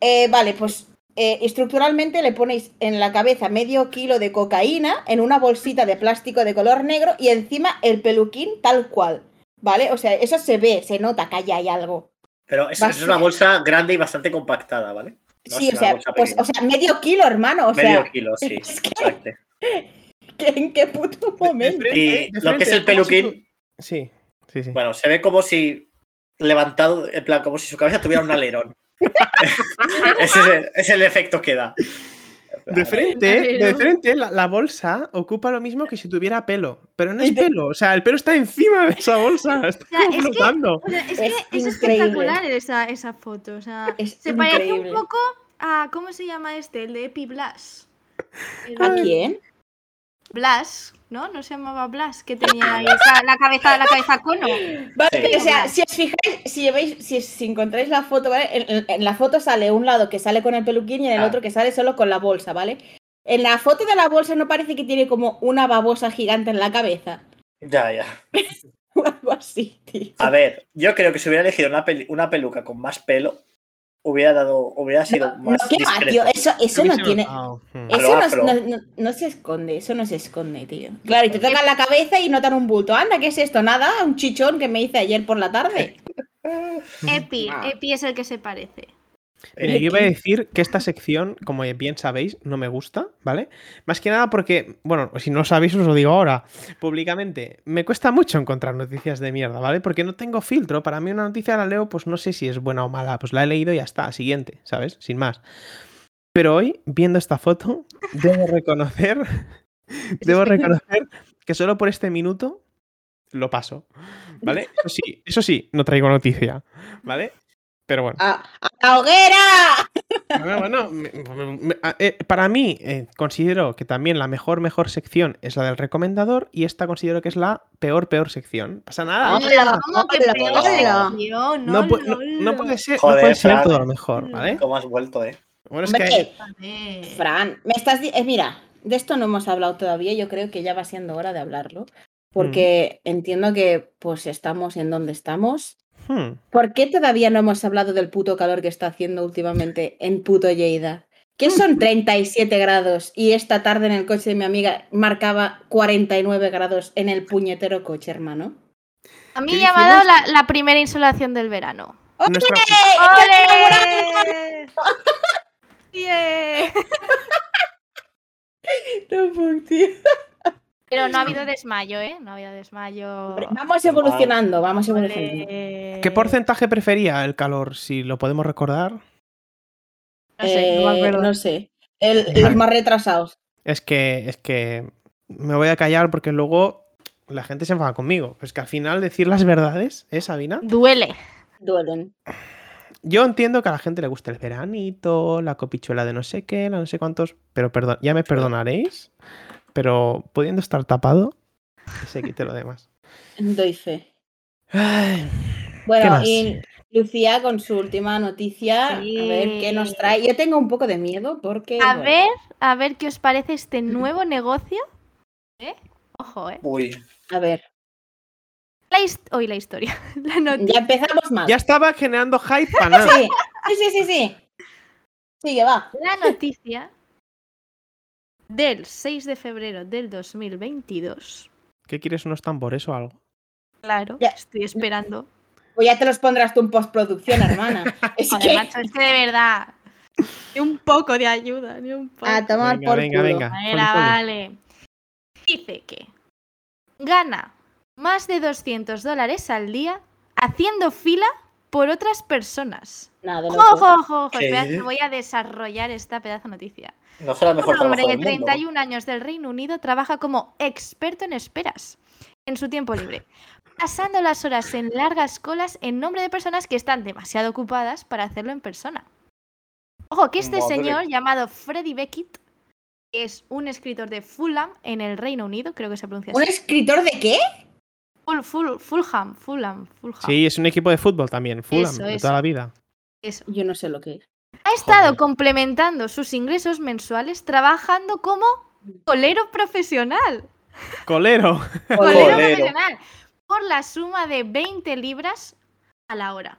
S1: Eh, vale, pues eh, estructuralmente le ponéis en la cabeza medio kilo de cocaína en una bolsita de plástico de color negro y encima el peluquín tal cual, ¿vale? O sea, eso se ve, se nota que allá hay algo.
S4: Pero es,
S1: Va a
S4: es
S1: ser-
S4: una bolsa grande y bastante compactada, ¿vale? No
S1: sí,
S4: es
S1: o
S4: una
S1: sea,
S4: bolsa
S1: pues,
S4: pequeña.
S1: o sea, medio kilo, hermano, o
S4: Medio
S1: sea,
S4: kilo, sí.
S1: es que-
S4: exacto.
S1: ¿que *laughs* ¿en qué puto momento?
S4: Y
S3: de
S4: lo que es
S3: frente,
S4: el
S3: como si
S4: peluquín...
S3: tú- Sí, sí, sí.
S4: Bueno, se ve como si levantado, en plan, como si su cabeza tuviera
S1: *laughs*
S4: un alerón. *laughs* Ese es, el, es el efecto que da.
S3: De frente,
S2: Pero-
S3: de frente la, la bolsa ocupa lo mismo que si tuviera pelo, pero no es
S1: Y de-
S3: pelo, o sea, el pelo está encima de esa bolsa, está
S2: sea,
S3: como
S2: es que-
S3: flotando.
S2: O sea, es,
S1: Es
S2: que es
S1: increíble.
S2: espectacular esa, esa foto. O sea,
S1: Es
S2: se parece un
S1: increíble.
S2: poco a. ¿Cómo se llama este? El de Epi Blas. El
S1: ¿A
S2: de
S1: quién?
S2: Blas, ¿no? No se llamaba Blas, que tenía ahí esa- la cabeza, la cabeza cono.
S1: Vale,
S4: Sí.
S1: pero, o sea, si os fijáis, si, veis, si, si encontráis la foto, ¿vale? En, en- en la foto sale un lado que sale con el peluquín y en el
S4: Ah.
S1: otro que sale solo con la bolsa, ¿vale? En la foto de la bolsa no parece que tiene como una babosa gigante en la cabeza. *laughs*
S4: Ya, ya.
S1: O algo así, tío.
S4: A ver, yo creo que si hubiera elegido una, peli- una peluca con más pelo, hubiera dado, hubiera sido
S1: No,
S4: más ¿eh?
S1: ¿qué va, tío?
S4: discreta.
S1: Eso, eso no tiene.
S3: Ah, mm.
S4: Es-
S1: Eso no,
S4: afro.
S1: no- no- no se esconde, eso no se esconde, tío. Claro, y te tocan la cabeza y notan un bulto. Anda, ¿qué es esto? Nada, un chichón que me hice ayer por la tarde.
S2: Epi,
S1: Ah.
S2: Epi es el que se parece.
S3: Mira, yo iba a decir que esta sección, como bien sabéis, no me gusta, ¿vale? Más que nada porque, bueno, si no lo sabéis os lo digo ahora, públicamente, me cuesta mucho encontrar noticias de mierda, ¿vale? Porque no tengo filtro, para mí una noticia la leo, pues no sé si es buena o mala, pues la he leído y ya está, siguiente, ¿sabes? Sin más. Pero hoy, viendo esta foto, *laughs* debo reconocer, debo reconocer que solo por este minuto lo paso, ¿vale? Eso sí, eso sí, no traigo noticia, ¿vale? Pero bueno.
S1: ¡A, a la hoguera!
S3: Bueno, Ah, bueno, me- me- me- a- eh, para mí eh, considero que también la mejor, mejor sección es la del recomendador y esta considero que es la peor, peor sección. Pasa nada.
S1: Hola,
S2: ¿Cómo que
S1: hola,
S2: peor
S1: hola.
S2: sección?
S3: No,
S2: Ah, No,
S3: pu- no- no
S2: no.
S3: puede ser, no
S4: Joder,
S3: puede ser
S4: Fran.
S3: todo lo mejor, ¿vale?
S4: ¿Cómo has vuelto, eh?
S3: Bueno, es que
S1: Hombre,
S2: Joder.
S1: Fran, me estás di- eh, mira, de esto no hemos hablado todavía, yo creo que ya va siendo hora de hablarlo, porque
S2: Mm.
S1: entiendo que pues estamos en donde estamos.
S3: hmm,
S1: ¿Por qué todavía no hemos hablado del puto calor que está haciendo últimamente en puto Lleida? ¿Qué
S2: *laughs*
S1: son 37 grados? Y esta tarde en el coche de mi amiga marcaba 49 grados en el puñetero coche, hermano.
S2: A
S3: ¿Qué
S2: mí ya me ha dado
S3: hicimos?
S2: la, la primera insolación del verano.
S1: ¡Ole!
S3: Nuestra-
S2: ¡Ole!
S1: *laughs*
S2: ¡Bien!
S1: No, pues, tío.
S2: Pero no ha habido desmayo, ¿eh? No ha habido desmayo.
S1: Hombre, Vamos evolucionando, vamos evolucionando.
S2: Ole.
S3: ¿Qué porcentaje prefería el calor? Si lo podemos recordar.
S2: No sé, no me
S1: Eh,
S2: acuerdo.
S1: no sé. El-
S2: *laughs*
S1: los más retrasados.
S3: Es que, es que me voy a callar porque luego la gente se enfada conmigo. Pues que al final decir las verdades, ¿eh, Sabina?
S2: Duele.
S1: Duelen.
S3: Yo entiendo que a la gente le gusta el veranito, la copichuela de no sé qué, la no sé cuántos, pero perdón, ya me perdonaréis, pero pudiendo estar tapado, que se quite lo demás.
S1: Doy fe.
S3: Ay, ¿Qué
S1: Bueno,
S3: más?
S1: y Lucía con su última noticia, a ver qué nos
S2: Sí.
S1: trae. Yo tengo un poco de miedo porque.
S2: A
S1: bueno,
S2: ver, a ver qué os parece este nuevo negocio. ¿Eh? Ojo, ¿eh?
S4: Uy,
S1: A ver.
S2: La his- Hoy la historia. *laughs* La noticia.
S1: Ya empezamos mal.
S3: Ya estaba generando hype para *laughs* nada.
S1: Sí, sí, sí, sí. sí. Sigue, va.
S2: La noticia del 6 de febrero del 2022.
S3: ¿Qué quieres, unos tambores o algo?
S2: Claro,
S1: Ya.
S2: estoy esperando.
S1: O Pues ya te los pondrás tú en postproducción, hermana.
S2: *laughs*
S1: Es
S2: Joder,
S1: que-
S2: macho, es que de verdad. Ni un poco de ayuda, ni un poco.
S1: A tomar
S3: venga,
S1: por
S3: venga,
S1: culo.
S3: venga.
S2: Vale,
S3: ponlo, ponlo.
S2: vale. Dice que gana más de 200 dólares al día haciendo fila por otras personas.
S1: Nada, de
S2: ¡Ojo,
S1: locos.
S2: ojo, ojo!
S4: ¿Qué?
S2: Espera, que voy a desarrollar esta pedazo de noticia.
S4: no será el mejor
S2: Un hombre
S4: trabajo
S2: de
S4: del mundo.
S2: 31 años del Reino Unido trabaja como experto en esperas en su tiempo libre, pasando las horas en largas colas en nombre de personas que están demasiado ocupadas para hacerlo en persona. Ojo, que este
S4: Madre.
S2: señor llamado Freddy Beckett que es un escritor de Fulham en el Reino Unido, creo que se pronuncia
S1: ¿Un
S2: así.
S1: escritor de qué?
S2: Ful- Ful- Fulham, Fulham, Fulham.
S3: Sí, es un equipo de fútbol también, Fulham,
S2: Eso,
S3: de
S2: eso.
S3: toda la vida.
S2: Eso.
S1: Yo no sé lo que es.
S2: Ha estado
S3: Joder.
S2: complementando sus ingresos mensuales trabajando como colero profesional.
S3: Colero.
S1: Joder.
S2: Colero
S3: *laughs*
S4: Colero.
S2: profesional por la suma de 20 libras a la hora.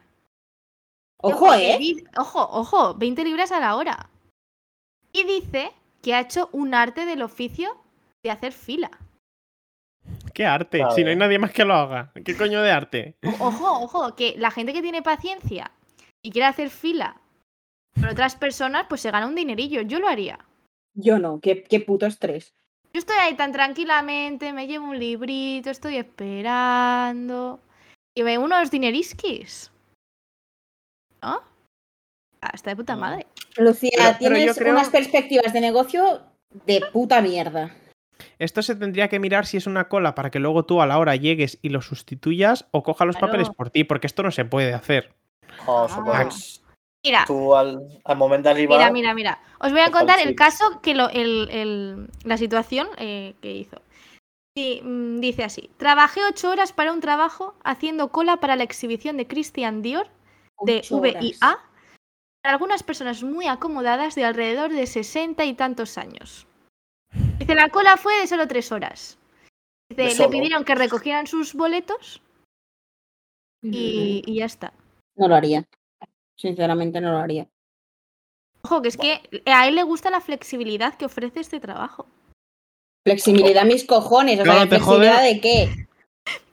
S1: Ojo,
S2: Porque
S1: eh.
S2: di- Ojo, ojo, 20 libras a la hora. Y dice que ha hecho un arte del oficio de hacer fila.
S3: ¡Qué arte!
S4: Claro.
S3: Si no hay nadie más que lo haga. ¿Qué coño de arte?
S1: *laughs*
S2: O- Ojo, ojo, que la gente que tiene paciencia y quiere hacer fila por otras personas, pues se gana un dinerillo. Yo lo haría.
S1: Yo no, qué, qué puto estrés.
S2: Yo estoy ahí tan tranquilamente, me llevo un librito, estoy esperando. Y veo unos dineriskis. ¿No? Hasta de puta
S4: Mm.
S2: madre.
S1: Lucía,
S3: Pero- pero yo
S1: tienes
S3: creo-
S1: unas perspectivas de negocio de puta mierda.
S3: Esto se tendría que mirar si es una cola para que luego tú a la hora llegues y lo sustituyas o coja los
S2: Claro.
S3: papeles por ti, porque esto no se puede hacer.
S4: Oh,
S1: Ah.
S4: supongo que
S2: Mira,
S4: Tú al, al momento de arribar.
S2: mira, mira, mira. Os voy a
S4: Ojo al
S2: contar el
S4: Félix.
S2: caso que lo, el, el- la situación eh, que hizo. Sí, mm, dice así: Trabajé ocho horas para un trabajo haciendo cola para la exhibición de Christian Dior de
S1: Ocho horas.
S2: VIA para algunas personas muy acomodadas de alrededor de 60 y tantos años. Dice, la cola fue de solo tres horas. Dice,
S4: ¿De
S2: le
S4: solo?
S2: pidieron que recogieran sus boletos y,
S4: Mm.
S2: y ya está.
S1: No lo haría. Sinceramente no lo haría.
S2: Ojo, que es que a él le gusta la flexibilidad que ofrece este trabajo.
S1: Flexibilidad mis cojones, o
S3: Claro,
S1: sea,
S3: te
S1: flexibilidad de qué?
S3: ¿No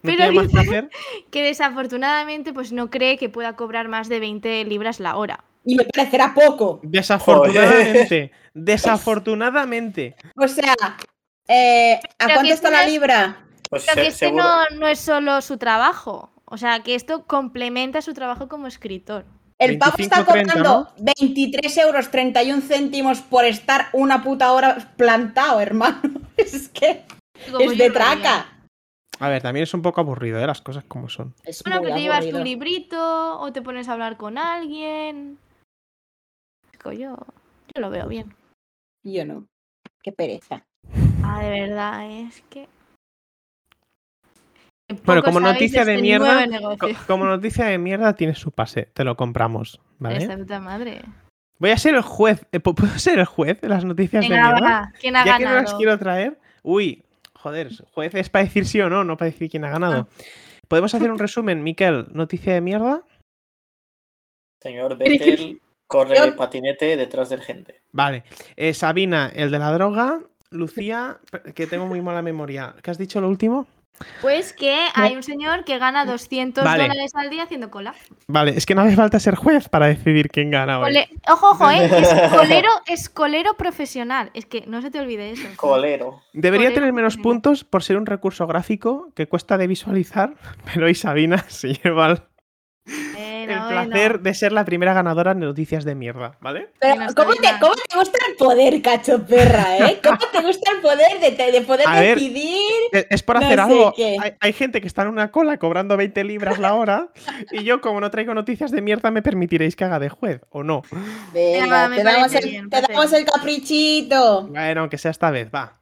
S2: Pero
S3: tiene más que
S2: dice- *laughs*
S3: hacer?
S2: Que desafortunadamente pues no cree que pueda cobrar más de 20 libras la hora.
S1: Y me parecerá poco.
S3: Desafortunadamente. Desafortunadamente.
S1: O sea, eh, ¿a
S2: Pero
S1: cuánto
S2: que
S1: está
S2: esto
S1: la
S2: no es-
S1: libra?
S4: Pues
S2: Pero que este
S4: se- seguro.
S2: no, no es solo su trabajo. O sea, que esto complementa su trabajo como escritor.
S1: El pavo está
S3: 25, 30,
S1: cobrando 23 euros 31 céntimos por estar una puta hora plantado, hermano. *laughs* Es que
S2: Como
S1: es
S2: yo
S1: de
S2: lo haría.
S1: traca.
S3: A ver, también es un poco aburrido, ¿eh? Las cosas como son.
S1: Es
S2: Bueno,
S1: muy
S2: que te llevas tu
S1: aburrido.
S2: librito o te pones a hablar con alguien. Chico, yo, yo lo veo bien.
S1: Yo no. Qué pereza.
S2: Ah, de verdad, es que. Que
S3: Bueno,
S2: poco
S3: como
S2: sabéis
S3: noticia de
S2: este
S3: mierda.
S2: nuevo
S3: co-
S2: negocio.
S3: Como noticia de mierda, tiene su pase. Te lo compramos.
S2: Esta
S3: ¿Vale?
S2: puta madre.
S3: Voy a ser el juez. eh, ¿pu- ¿Puedo ser el juez de las noticias de
S2: Venga,
S3: mierda?
S2: va, ¿quién ha
S3: ya que no las
S2: ganado?
S3: quiero traer, uy, joder, juez es para decir sí o no, no para decir quién ha ganado.
S2: Ah.
S3: ¿Podemos hacer un resumen, Miquel? ¿Noticia de mierda?
S4: Señor Vettel Corre
S1: Yo-
S4: el patinete detrás del gente.
S3: Vale. Eh, Sabina, el de la droga. Lucía, que tengo muy mala memoria. ¿Qué has dicho lo último?
S2: Pues que hay un señor que gana 200
S3: ¿Eh? Vale.
S2: dólares al día haciendo cola.
S3: Vale, es que no hace falta ser juez para decidir quién gana hoy.
S2: Cole- Ojo, ojo, ¿eh? Es
S3: *laughs*
S2: colero, es colero profesional. Es que no se te olvide eso.
S4: Colero.
S3: Debería
S2: Colero
S3: tener menos
S2: tiene.
S3: puntos por ser un recurso gráfico que cuesta de visualizar, *laughs* pero hoy Sabina *laughs* se lleva el, el
S2: Bueno, bueno.
S3: placer de ser la primera ganadora en noticias de mierda,
S1: *laughs*
S3: ¿vale?
S1: Pero,
S2: Menos
S1: ¿cómo te,
S2: Sabina.
S1: cómo te gusta el poder, cacho perra,
S3: *laughs*
S1: eh? ¿Cómo te gusta el poder de, te- de poder
S3: A ver.
S1: decidir?
S3: E- Es por
S1: No
S3: hacer
S1: sé
S3: algo.
S1: qué.
S3: Hay, hay gente que está en una cola cobrando 20 libras la hora y yo, como no traigo noticias de mierda, me permitiréis que haga de juez, ¿o
S1: *laughs*
S3: no?
S1: Venga,
S2: Ah, me
S1: te damos,
S2: parece
S1: el,
S2: bien,
S1: te
S2: perfecto.
S1: damos el caprichito.
S3: Bueno, aunque sea esta vez, va.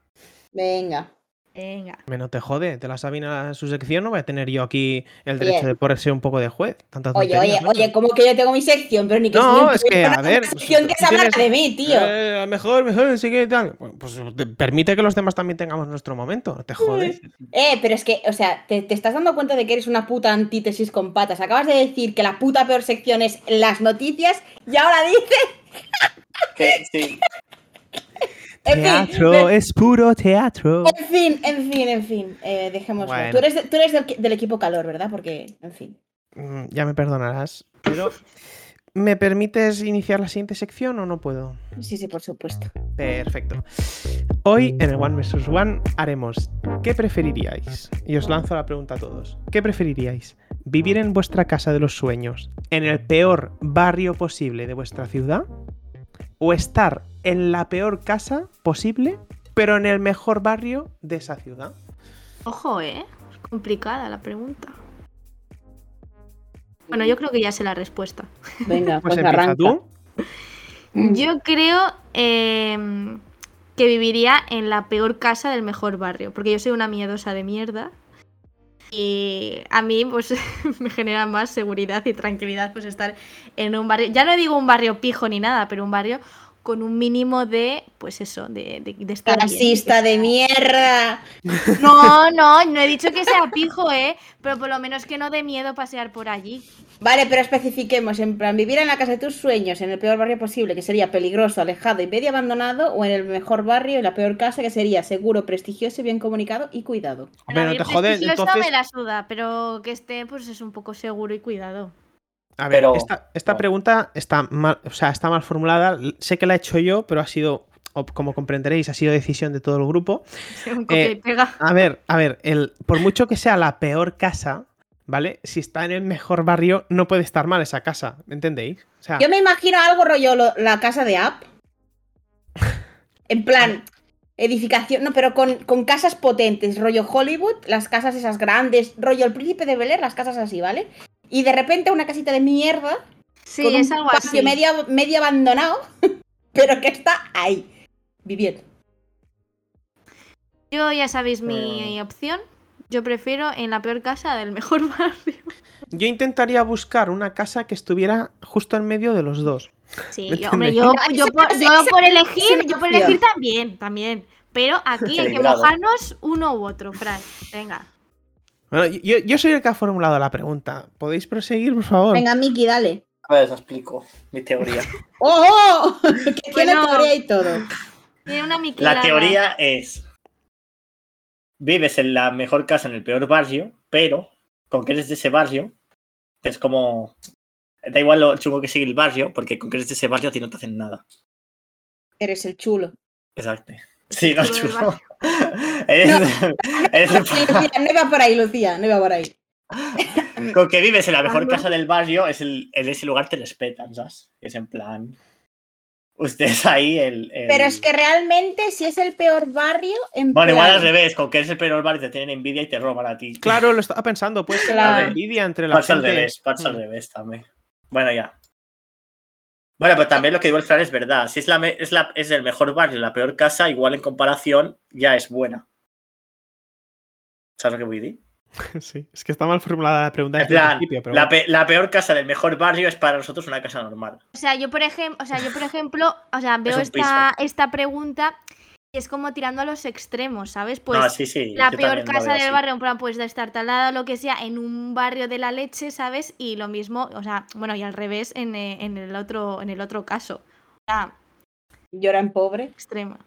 S1: Venga.
S2: Venga.
S3: Me no te jode, te la Sabina a su sección, no voy a tener yo aquí el derecho
S1: Bien.
S3: de poder ser un poco de juez. Tantas
S1: Oye, oye,
S3: tonterías, ¿no?
S1: oye, ¿cómo que yo tengo mi sección? Pero ni que
S3: No,
S1: soy un
S3: es que,
S1: programa,
S3: a ver,
S1: una sección que
S3: pues,
S1: se habla
S3: tienes-
S1: de mí, tío.
S3: Eh, a mejor, mejor, sí que tal. Bueno, pues te- permite que los demás también tengamos nuestro momento,
S1: Mm.
S3: no te jodes.
S1: Eh, pero es que, o sea, te, te estás dando cuenta de que eres una puta antítesis con patas. Acabas de decir que la puta peor sección es las noticias y ahora dices.
S4: Que, sí,
S1: En fin,
S3: Teatro es puro teatro.
S1: en fin, en fin, en fin. Eh, dejémoslo.
S3: eh. Bueno.
S1: Tú eres, de- tú eres del, del equipo calor, ¿verdad? Porque, en fin.
S3: Mm, Ya me perdonarás, pero ¿me permites iniciar la siguiente sección o no puedo?
S1: Sí, sí, por supuesto.
S3: Perfecto. Hoy en el One vs One haremos ¿Qué preferiríais? Y os lanzo la pregunta a todos. ¿Qué preferiríais? ¿Vivir en vuestra casa de los sueños, en el peor barrio posible de vuestra ciudad? ¿O estar en la peor casa posible, pero en el mejor barrio de esa ciudad? Pues
S2: Ojo, ¿eh? Complicada la pregunta. Bueno, yo creo que ya sé la respuesta.
S1: Venga,
S3: *laughs* Pues
S1: pues,
S3: empieza
S1: arranca.
S3: tú.
S2: Yo creo em, que viviría en la peor casa del mejor barrio, porque yo soy una miedosa de mierda. Y a mí, pues, *laughs* me genera más seguridad y tranquilidad, pues, estar en un barrio. Ya no digo un barrio pijo ni nada, pero un barrio con un mínimo de, pues, eso, de, de, de estar. bien.
S1: Taxista de mierda.
S3: *laughs*
S2: No, no, no he dicho que sea pijo, ¿eh? Pero por lo menos que no dé miedo pasear por allí.
S1: Vale, pero especifiquemos, en plan, vivir en la casa de tus sueños, en el peor barrio posible, que sería peligroso, alejado y medio abandonado, o en el mejor barrio, en la peor casa, que sería seguro, prestigioso, bien comunicado y cuidado.
S3: Hombre,
S2: La
S3: no
S2: bien
S3: te jodes,
S2: prestigiosa
S3: entonces...
S2: me la suda, pero que esté, pues, es un poco seguro y cuidado. *laughs*
S3: A ver,
S4: Pero-
S3: esta, esta
S4: no.
S3: pregunta está mal, o sea, está mal formulada. L- Sé que la he hecho yo, pero ha sido, o- como comprenderéis, ha sido decisión de todo el grupo.
S2: Un
S3: Eh,
S2: copia y pega.
S3: A ver, a ver, el, por mucho que sea la peor casa, ¿vale? Si está en el mejor barrio, no puede estar mal esa casa, ¿me entendéis? O sea,
S1: Yo me imagino algo rollo lo- la casa de App. En plan, edificación, no, pero con, con casas potentes, rollo Hollywood, las casas esas grandes, rollo el príncipe de Bel Air, las casas así, ¿¿vale? Y de repente una casita de mierda
S2: Sí,
S1: con
S2: es
S1: un
S2: algo
S1: patio
S2: así.
S1: Medio, medio abandonado, *laughs* pero que está ahí, viviendo.
S2: Yo ya sabéis mi opción. Yo prefiero en la peor casa del mejor *laughs* barrio.
S3: yo intentaría buscar una casa que estuviera justo en medio de los dos.
S2: Sí,
S3: Me
S2: yo, hombre,
S3: entendéis.
S2: yo,
S1: No,
S2: yo
S1: esa-
S2: por,
S1: esa-
S2: yo
S1: esa-
S2: por
S1: esa
S2: elegir,
S1: es
S2: yo por
S1: mi
S2: elegir
S1: opción.
S2: también, también. Pero aquí hay que
S4: Equilibrado.
S2: mojarnos uno u otro, Fran. Venga.
S3: Bueno, yo, yo soy el que ha formulado la pregunta. ¿Podéis proseguir, por favor?
S1: Venga, Miki, dale.
S4: a ver, os explico mi teoría.
S1: ¡Oh! oh! *laughs* Que tiene
S2: Bueno.
S1: teoría y todo.
S2: Tiene una miquelada.
S4: La teoría es: vives en la mejor casa, en el peor barrio, pero con que eres de ese barrio, es como. Da igual lo chungo que sigue el barrio, porque con que eres de ese barrio a ti no te hacen nada.
S1: Eres el chulo.
S4: *laughs* Exacto. Sí, no,
S2: Chulo del
S4: *laughs* chulo. Eres, eres el-
S1: Sí, Lucía, no iba por ahí, Lucía, no iba por ahí.
S4: con que vives en la mejor
S2: Algo.
S4: casa del barrio, es el, en ese lugar te respetan, ¿sabes? Es en plan. Ustedes ahí el. el-
S1: Pero es que realmente, si es el peor barrio, en
S4: Bueno, igual
S1: plan-
S4: al revés, con que eres el peor barrio te tienen envidia y te roban a ti.
S3: Claro, lo estaba pensando, pues la
S1: Claro.
S3: envidia entre la
S4: Pasa al
S3: gente.
S4: revés, pasa al
S3: Mm.
S4: revés también. Bueno, ya. Bueno, pero también lo que digo el Fran es verdad. Si es, la, me- es, la, es el mejor barrio, la peor casa, igual en comparación ya es buena. ¿Sabes lo que voy a decir?
S3: *laughs* Sí, es que está mal formulada la pregunta
S4: En
S3: desde el
S4: plan,
S3: principio, pero
S4: la,
S3: bueno.
S4: pe- la peor casa del mejor barrio es para nosotros una casa normal.
S2: O sea, yo por ejemplo, o sea, yo por ejemplo, o sea, veo
S4: un
S2: esta, esta pregunta es como tirando a los extremos, ¿sabes? Pues
S4: no, sí, sí.
S2: la
S4: yo
S2: peor
S4: también lo veo
S2: casa del
S4: así.
S2: barrio, en plan, pues de estar talada o lo que sea, en un barrio de la leche, ¿sabes? Y lo mismo, o sea, bueno, y al revés en, eh, en el otro, en el otro caso. O sea,
S1: Lloran pobre.
S2: extrema.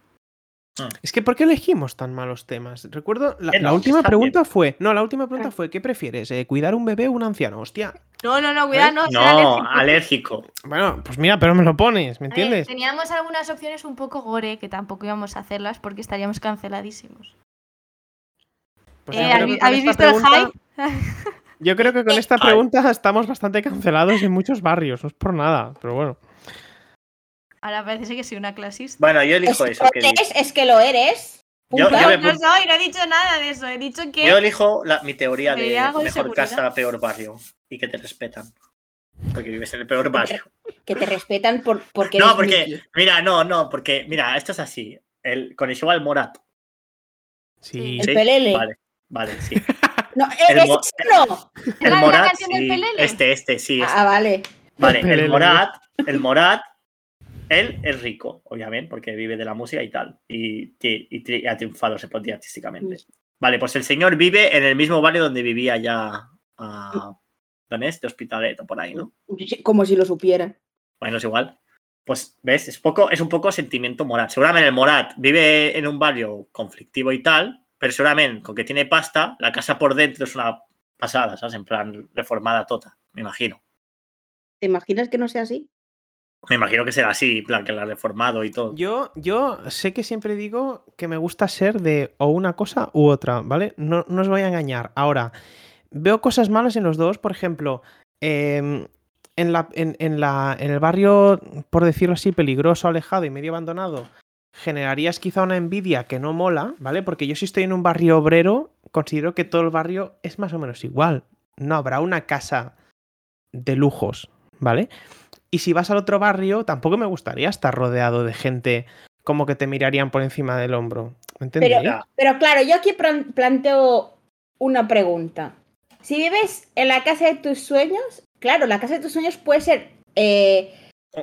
S3: Es que, ¿por qué elegimos tan malos temas? Recuerdo, la,
S4: Eh, no,
S3: la última
S4: está
S3: pregunta fue. No, la última pregunta
S1: Ah.
S3: fue: ¿qué prefieres? eh, ¿Cuidar un bebé o un anciano? Hostia.
S2: No, no, no, cuidado,
S3: ¿Eh?
S2: no, soy
S4: No,
S2: alérgica.
S4: alérgico.
S3: Bueno, pues mira, pero me lo pones, ¿me
S2: A ver, eh,
S3: entiendes?
S2: teníamos algunas opciones un poco gore que tampoco íbamos a hacerlas porque estaríamos canceladísimos.
S3: Pues
S2: Eh,
S3: yo creo
S2: ¿habéis,
S3: que con
S2: habéis
S3: esta
S2: visto el
S3: pregunta-
S2: hype?
S3: Yo creo que con esta
S4: Ay.
S3: pregunta estamos bastante cancelados en muchos barrios, no es por nada, pero bueno.
S2: Ahora parece que soy una clasista.
S4: Bueno, yo elijo
S1: es,
S4: eso.
S1: que
S4: que
S1: lo
S4: dice.
S1: eres, es que lo eres.
S4: Yo-
S1: Punto.
S4: yo me-
S2: no soy, no he dicho nada de eso. He dicho que.
S4: Yo elijo la- mi teoría
S2: Me
S4: de
S2: hago
S4: mejor
S2: inseguridad.
S4: casa, peor barrio. Y que te respetan. Porque vives en el peor barrio.
S1: Que te respetan por, porque.
S4: No,
S1: eres
S4: porque,
S1: Mickey.
S4: mira, no, no, porque, mira, esto es así. El, con el al Morat.
S3: Sí.
S1: El pelele.
S4: Vale, vale,
S1: *laughs*
S4: sí.
S1: No, ¿es
S4: el mo-
S1: eso no?
S2: ¿La
S4: El
S2: de la
S4: Morat,
S2: canción del
S4: sí,
S2: Pelele?
S4: Este, este, sí. este.
S1: Ah, vale.
S4: Vale,
S3: Pelele.
S4: el Morat, el Morat, él es rico, obviamente, porque vive de la música y tal. Y, ti- y tri- ha triunfado, se podría artísticamente. Vale, pues el señor vive en el mismo barrio donde vivía ya. ah, ¿Dónde es? De Hospitalet o por ahí, ¿no?
S1: Como si lo supiera.
S4: Bueno, es igual. Pues, ¿ves? Es, poco, es un poco sentimiento Morat. Seguramente el Morat vive en un barrio conflictivo y tal, pero seguramente con que tiene pasta, la casa por dentro es una pasada, ¿sabes? En plan reformada tota, me imagino.
S1: ¿Te imaginas que no sea así?
S4: Me imagino que será así, en plan que la ha reformado y todo.
S3: Yo, yo sé que siempre digo que me gusta ser de o una cosa u otra, ¿vale? No, no os voy a engañar. Ahora, veo cosas malas en los dos, por ejemplo, em, en, la, en, en la- en el barrio, por decirlo así, peligroso, alejado y medio abandonado, generarías quizá una envidia que no mola, ¿vale? Porque yo si estoy en un barrio obrero, considero que todo el barrio es más o menos igual. No habrá una casa de lujos, ¿vale? Y si vas al otro barrio, tampoco me gustaría estar rodeado de gente como que te mirarían por encima del hombro. ¿Me ¿Eh? entendéis?
S4: Ya.
S1: Pero claro, yo aquí plan- planteo una pregunta. Si vives en la casa de tus sueños, claro, la casa de tus sueños puede ser. eh,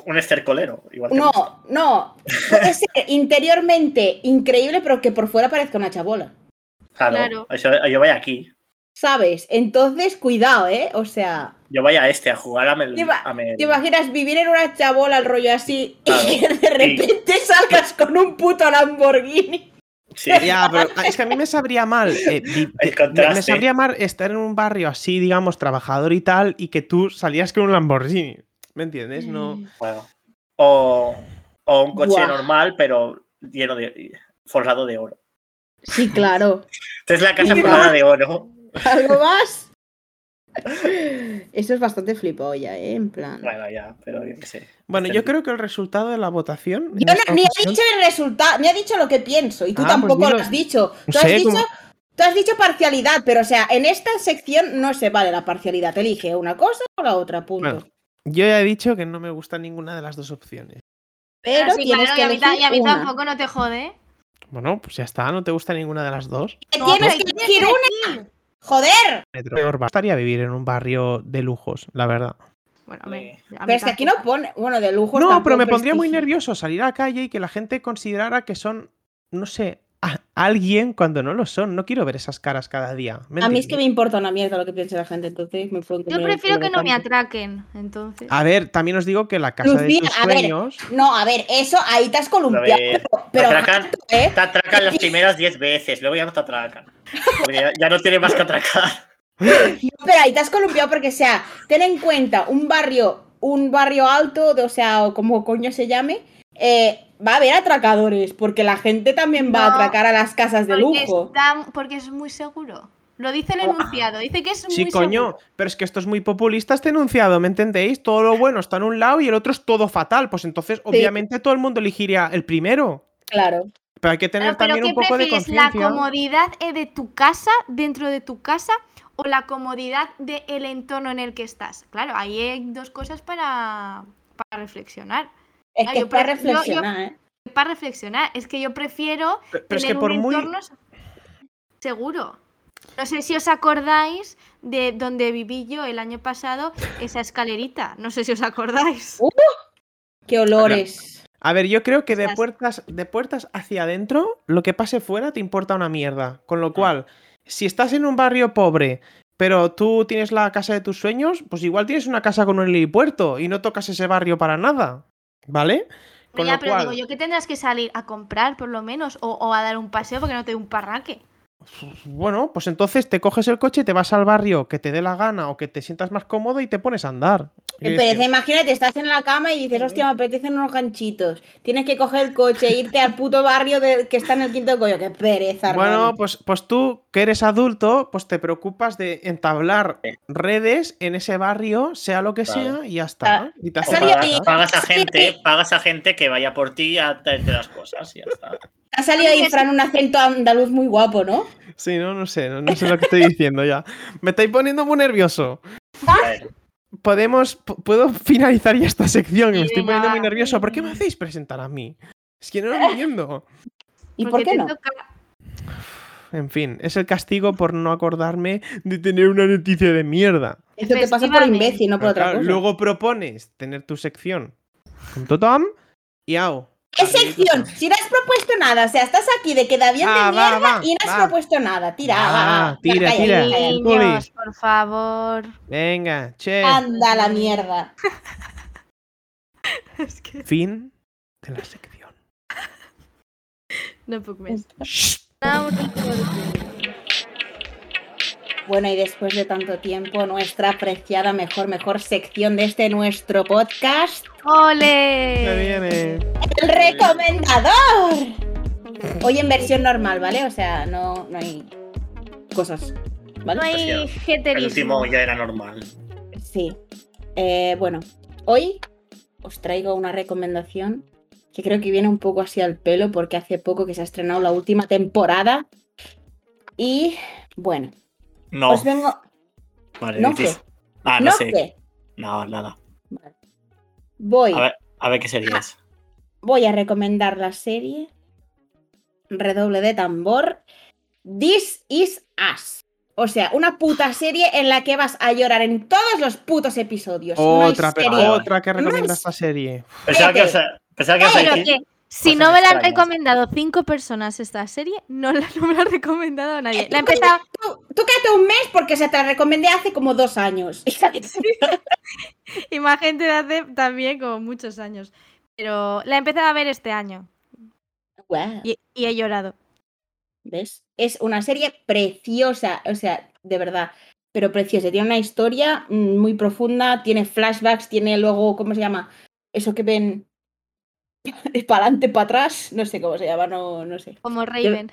S4: Un estercolero, igual. que-
S1: no, no. Puede ser interiormente increíble, pero que por fuera parezca una chabola.
S4: Claro.
S2: Claro.
S4: eso- yo voy aquí.
S1: ¿Sabes? Entonces, cuidado, ¿eh? O sea,
S4: Yo voy a este, a jugar a Mel.
S1: Te iba-
S4: a Mel-
S1: ¿te imaginas vivir en una chabola al rollo así
S4: Claro.
S1: y que de repente salgas con un puto Lamborghini?
S4: Sí.
S3: Ya, pero ah, es que a mí me sabría mal.
S4: *laughs*
S3: eh, vi-
S4: El
S3: eh, me- me
S4: contraste.
S3: sabría mal estar en un barrio así, digamos, trabajador y tal, y que tú salías con un Lamborghini. ¿Me entiendes? No.
S2: Mm.
S4: Bueno. O, o un coche
S1: Buah.
S4: normal, pero lleno de. forrado de oro.
S1: Sí, claro.
S4: Entonces la casa
S1: Mira.
S4: forrada de oro.
S1: *laughs* ¿Algo más? Eso es bastante flipolla, ¿eh? En plan.
S4: Bueno, ya, pero yo qué sé.
S3: Bueno, yo
S4: Entendí.
S3: creo que el resultado de la votación. en
S1: Yo no-
S3: esta
S1: ni he
S3: ocasión-
S1: dicho el resultado, ni he dicho lo que pienso, y tú
S3: Ah, pues
S1: tampoco
S3: dilo.
S1: lo has dicho.
S3: No
S1: Tú, has
S3: sé,
S1: dicho
S3: como-
S1: tú has dicho parcialidad, pero o sea, en esta sección no se vale la parcialidad. Elige una cosa o la otra, punto.
S3: Bueno, yo ya he dicho que no me gusta ninguna de las dos opciones.
S1: pero
S2: Ah, sí,
S1: tienes
S2: claro,
S1: que
S2: y a mí, ta-
S1: elegir
S2: y a mí
S1: una.
S2: tampoco no te jode. ¿eh?
S3: Bueno, pues ya está, no te gusta ninguna de las dos.
S1: Que
S2: No,
S1: tienes
S2: pero
S1: que
S2: tienes
S1: elegir
S2: que
S1: una. Joder,
S3: Peor bastaría vivir en un barrio de lujos, la verdad.
S2: Bueno, a ver, a mí
S1: pero es que aquí no pone, bueno, de lujo.
S3: No, pero me pondría muy nervioso salir a la calle y que la gente considerara que son, no sé, a- alguien cuando no lo son. No quiero ver esas caras cada día. ¿me
S1: A mí es que
S3: entiendes?
S1: me importa una mierda lo que piense la gente, entonces me puedo
S2: tampoco.
S1: comer
S2: Yo
S1: el
S2: prefiero
S1: culo
S2: que no me
S1: tanto.
S2: atraquen, entonces.
S1: Ah,
S3: A ver, también os digo que la casa de
S1: Lucía,
S3: tus
S1: a ver,
S3: sueños.
S1: No, a ver, eso ahí te has
S4: A
S1: columpiado,
S4: ver,
S1: pero
S4: te, atracan,
S1: gato, ¿eh?
S4: te atracan las primeras 10 veces, luego ya no te atracan. Porque ya, ya no tiene más
S1: *laughs*
S4: que atracar.
S1: No, pero ahí te has columpiado porque, o sea, ten en cuenta, un barrio, un barrio alto, de, o sea, o como coño se llame, eh, va a haber atracadores, porque la gente también va a
S2: No,
S1: atracar a las casas de
S2: porque,
S1: lujo. Ah.
S2: está- porque es muy seguro. Lo dice el enunciado, dice que es
S3: Sí,
S2: muy
S3: coño,
S2: seguro.
S3: pero es que esto es muy populista este enunciado, ¿me entendéis? Todo lo bueno está en un lado y el otro es todo fatal. Pues entonces, obviamente, todo el mundo elegiría el primero.
S1: Claro.
S3: Pero hay que
S2: Claro,
S3: tener
S2: pero
S3: también
S2: ¿qué
S3: un poco de
S2: prefieres? ¿La
S3: conciencia.
S2: comodidad eh, de tu casa, dentro de tu casa, o la comodidad del entorno en el que estás? Claro, ahí hay dos cosas para, para reflexionar.
S1: Es
S2: Ah,
S1: que
S2: yo
S1: es para
S2: pre- yo- yo-
S1: reflexionar, ¿eh?
S2: Para reflexionar, es que yo prefiero
S3: Pero pero es que
S2: tener
S3: por
S2: un
S3: muy.
S2: entorno se- seguro. No sé si os acordáis de donde viví yo el año pasado, esa escalerita. No sé si os acordáis.
S1: Qué olores.
S3: A ver, yo creo que de
S2: Ostras.
S3: puertas, de puertas hacia adentro, lo que pase fuera te importa una mierda. Con lo cual, si estás en un barrio pobre, pero tú tienes la casa de tus sueños, pues igual tienes una casa con un helipuerto y no tocas ese barrio para nada. ¿Vale?
S2: Pero
S3: Con
S2: ya,
S3: lo
S2: pero
S3: cual-
S2: digo yo que tendrás que salir a comprar por lo menos o, o a dar un paseo porque no te dé un parraque.
S3: Bueno, pues entonces te coges el coche, te vas al barrio que te dé la gana o que te sientas más cómodo y te pones a andar. Quiero
S1: Pereza,
S3: decir,
S1: imagínate, estás en la cama y dices, hostia, me apetecen unos ganchitos. Tienes que coger el coche e irte al puto barrio de- que está en el quinto coño. Qué pereza,
S3: Bueno,
S1: hermano.
S3: pues, pues tú, que eres adulto, pues te preocupas de entablar redes en ese barrio, sea lo que
S4: Claro.
S3: sea, y ya está. Y te
S4: O
S3: hace
S1: Salió
S3: falta.
S1: bien.
S4: pagas, pagas a gente, pagas a gente que vaya por ti a traerte las cosas y ya
S1: *laughs*
S4: está.
S1: Ha salido ahí, Fran, un acento andaluz muy guapo, ¿no?
S3: Sí, no, no sé, no, no sé lo que estoy diciendo ya. Me estáis poniendo muy nervioso.
S1: Ah,
S4: A ver,
S3: Podemos, p- puedo finalizar ya esta sección, que me
S2: Sí,
S3: estoy poniendo
S2: venga,
S3: muy
S2: va.
S3: nervioso. ¿Por qué me hacéis presentar a mí? Es que no lo entiendo.
S1: ¿Y por qué
S2: te
S1: no?
S2: toca-
S3: En fin, es el castigo por no acordarme de tener una noticia de mierda.
S1: Eso te pasa por
S2: Efectivamente.
S1: imbécil, no por
S3: Pero
S1: otra
S3: claro,
S1: cosa.
S3: Luego propones tener tu sección con Totom y Ao.
S1: ¿Qué sección? Si no has propuesto nada, o sea, estás aquí de queda bien
S3: Ah,
S1: de
S3: va,
S1: mierda
S3: va,
S1: y no has
S3: va.
S1: propuesto nada. Tira,
S3: Va,
S1: va, va, va.
S3: tira,
S1: Calla,
S3: tira.
S1: calla, calla.
S2: Niños, por
S3: *laughs*
S2: favor.
S3: Venga, che.
S1: Anda la mierda.
S2: Es que
S3: Fin de la sección.
S2: no puedo más.
S3: Shh.
S1: Bueno, y después de tanto tiempo, nuestra apreciada mejor, mejor sección de este nuestro podcast, Eh,
S3: Me
S2: ¡Ole!
S3: viene.
S1: el recomendador. Hoy en versión normal, ¿vale? O sea, no, no hay cosas. ¿Vale?
S2: No hay
S4: el
S2: heterismo.
S4: último ya era normal.
S1: Sí. Eh, bueno, hoy os traigo una recomendación que creo que viene un poco así al pelo porque hace poco que se ha estrenado la última temporada. Y bueno,
S4: No,
S1: os vengo...
S4: vale,
S1: Pues no
S4: dices-
S1: qué,
S4: Ah, no,
S1: no
S4: sé.
S1: qué.
S4: No, nada.
S1: Vale. Voy,
S4: A ver, a ver qué serías.
S1: voy a recomendar la serie. Redoble de tambor. This is Us. O sea, una puta serie en la que vas a llorar en todos los putos episodios. No hay
S3: Otra, pe-
S1: serie.
S3: otra que recomienda
S1: es-
S3: esta serie.
S4: *laughs* Pensaba que,
S1: vete.
S4: ibas a- pensaba que ibas a
S2: Pero
S4: decir-
S2: que si
S3: Pues
S4: Cosas
S2: no me la han
S4: extrañas.
S2: recomendado cinco personas esta serie, no, la, *laughs* no me la ha recomendado a nadie. La he
S3: *laughs*
S2: empezado,
S1: Tú, tú quédate un mes porque se te la recomendé hace como dos años.
S2: imagen de hace también como muchos años. Pero la he empezado a ver este año
S1: *laughs* Guau,
S2: y, y he llorado.
S1: ¿Ves? Es una serie preciosa, o sea, de verdad, pero preciosa. Tiene una historia mm, muy profunda, tiene flashbacks, tiene luego, ¿cómo se llama? Eso que ven *laughs* para adelante, para atrás, no sé cómo se llama, no, no sé.
S2: Como Raven.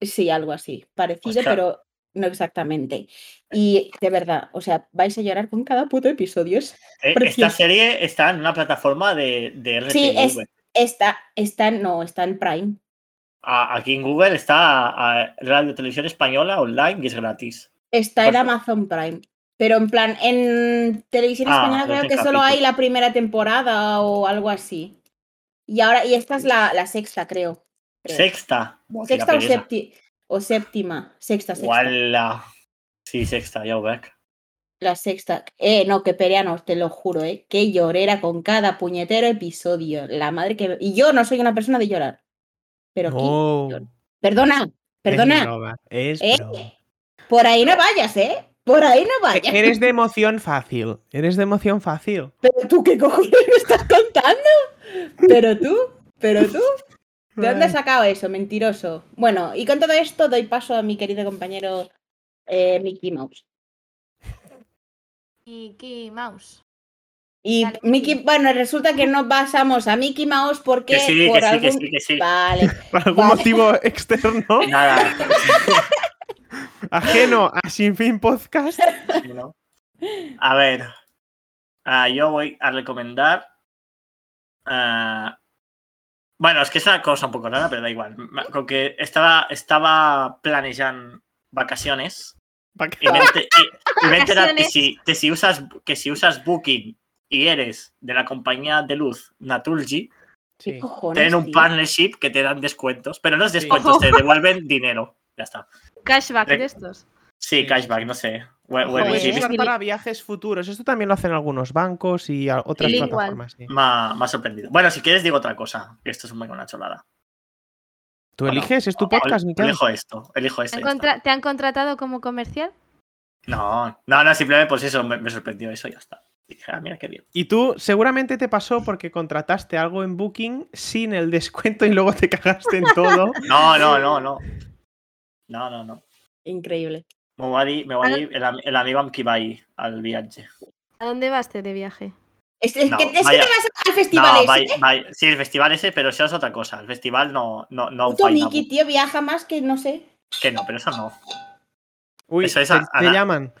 S1: Sí, algo así, parecido,
S4: Ostras.
S1: pero no exactamente. Y de verdad, o sea, vais a llorar con cada puto episodio. es
S4: Eh,
S1: Precioso.
S4: Esta serie está en una plataforma de, de RTV.
S1: Sí, es- Esta, esta no, está en Prime.
S4: A- aquí en Google está a- Radio Televisión Española online y es gratis.
S1: Está en
S4: Perfecto.
S1: Amazon Prime. Pero en plan, en televisión
S4: Ah,
S1: española
S4: los
S1: creo
S4: seis
S1: que solo
S4: capítulos.
S1: hay la primera temporada o algo así. Y ahora, y esta es la, la sexta, creo. creo.
S4: Sexta. Buah, qué
S1: Sexta o,
S4: pereza.
S1: septi- o séptima. Sexta, sexta.
S4: Guala. Sí, sexta, ya lo ves.
S1: La sexta. Eh, no, que pereanos, te lo juro, eh. Que llorera con cada puñetero episodio. La madre que. Y yo no soy una persona de llorar. Pero aquí-
S3: No.
S1: yo- Perdona,
S3: Es
S1: perdona.
S3: broma, es
S1: Eh,
S3: broma.
S1: Por ahí no vayas, eh. Por ahí no
S3: E-
S1: vayas.
S3: Eres de emoción fácil. Eres de emoción fácil.
S1: ¿Pero tú qué cojones me estás contando? ¿Pero tú? ¿Pero tú? ¿De
S3: Eh,
S1: dónde has sacado eso, mentiroso? Bueno, y con todo esto doy paso a mi querido compañero eh, Mickey Mouse.
S2: Mickey Mouse.
S1: Y
S2: Dale,
S1: Mickey,
S2: Mickey.
S1: bueno, resulta que no pasamos a Mickey Mouse porque
S4: Que sí,
S1: por
S4: que sí,
S1: algún...
S4: que sí, que sí.
S1: Vale.
S3: Por algún
S1: Vale.
S3: motivo *laughs* externo,
S4: *laughs* Nada.
S3: ajeno a Sin
S1: *laughs*
S3: Fin Podcast.
S4: ¿no? A ver. ah, yo voy a recomendar. ah, bueno, es que es una cosa un poco rara, pero da igual. Ma- Con que estaba, estaba planejando vacaciones
S3: Pa' que-
S4: Y vente- y- y vente la- que,
S2: Vacaciones.
S4: si, que si usas, que si usas Booking y eres de la compañía de luz Naturgy,
S1: ¿Qué
S3: Sí.
S1: cojones,
S4: tienen un
S1: tío?
S4: partnership que te dan descuentos, pero no es descuentos, te devuelven dinero. Ya está.
S2: Cashback
S4: Re-
S2: de estos.
S4: Sí, cashback, no sé.
S3: Joder,
S4: Bueno, bueno,
S1: Joder,
S3: eso
S4: sí,
S3: Pues es
S2: Fili-
S3: para viajes futuros. Esto también lo hacen algunos bancos y a- otras
S2: Bilingual.
S3: plataformas. sí.
S4: me ha me ha sorprendido. Bueno, si quieres digo otra cosa. que Esto es un- una chorrada.
S3: Tú
S4: Bueno,
S3: eliges, es tu podcast, Miquel.
S4: Elijo esto, elijo
S2: ¿Te
S4: este.
S2: han,
S4: esto.
S2: contra- ¿Te han contratado como comercial?
S4: No, no, no, simplemente pues eso, me, me sorprendió eso y ya está. Dije, ah, mira qué bien.
S3: Y tú seguramente te pasó porque contrataste algo en Booking sin el descuento y luego te cagaste en todo. *laughs*
S4: No, no, no, no. No, no, no.
S1: Increíble.
S4: Me voy a ir, me voy a ir el, am- el amigo que va a ir al viaje.
S2: ¿A dónde vas te de viaje?
S1: Es, es
S4: No,
S1: que, es que te
S4: vaya.
S1: vas al festival
S4: No,
S1: ese.
S4: vai- vai- sí, el festival ese, pero eso es otra cosa. El festival no, no, no,
S1: Puto
S4: vai na
S1: Nicky, tío, viaja más que no sé.
S4: bu- que no, pero eso no.
S3: Uy,
S4: Eso es
S3: te-
S4: a- a
S3: te
S4: la-
S3: llaman.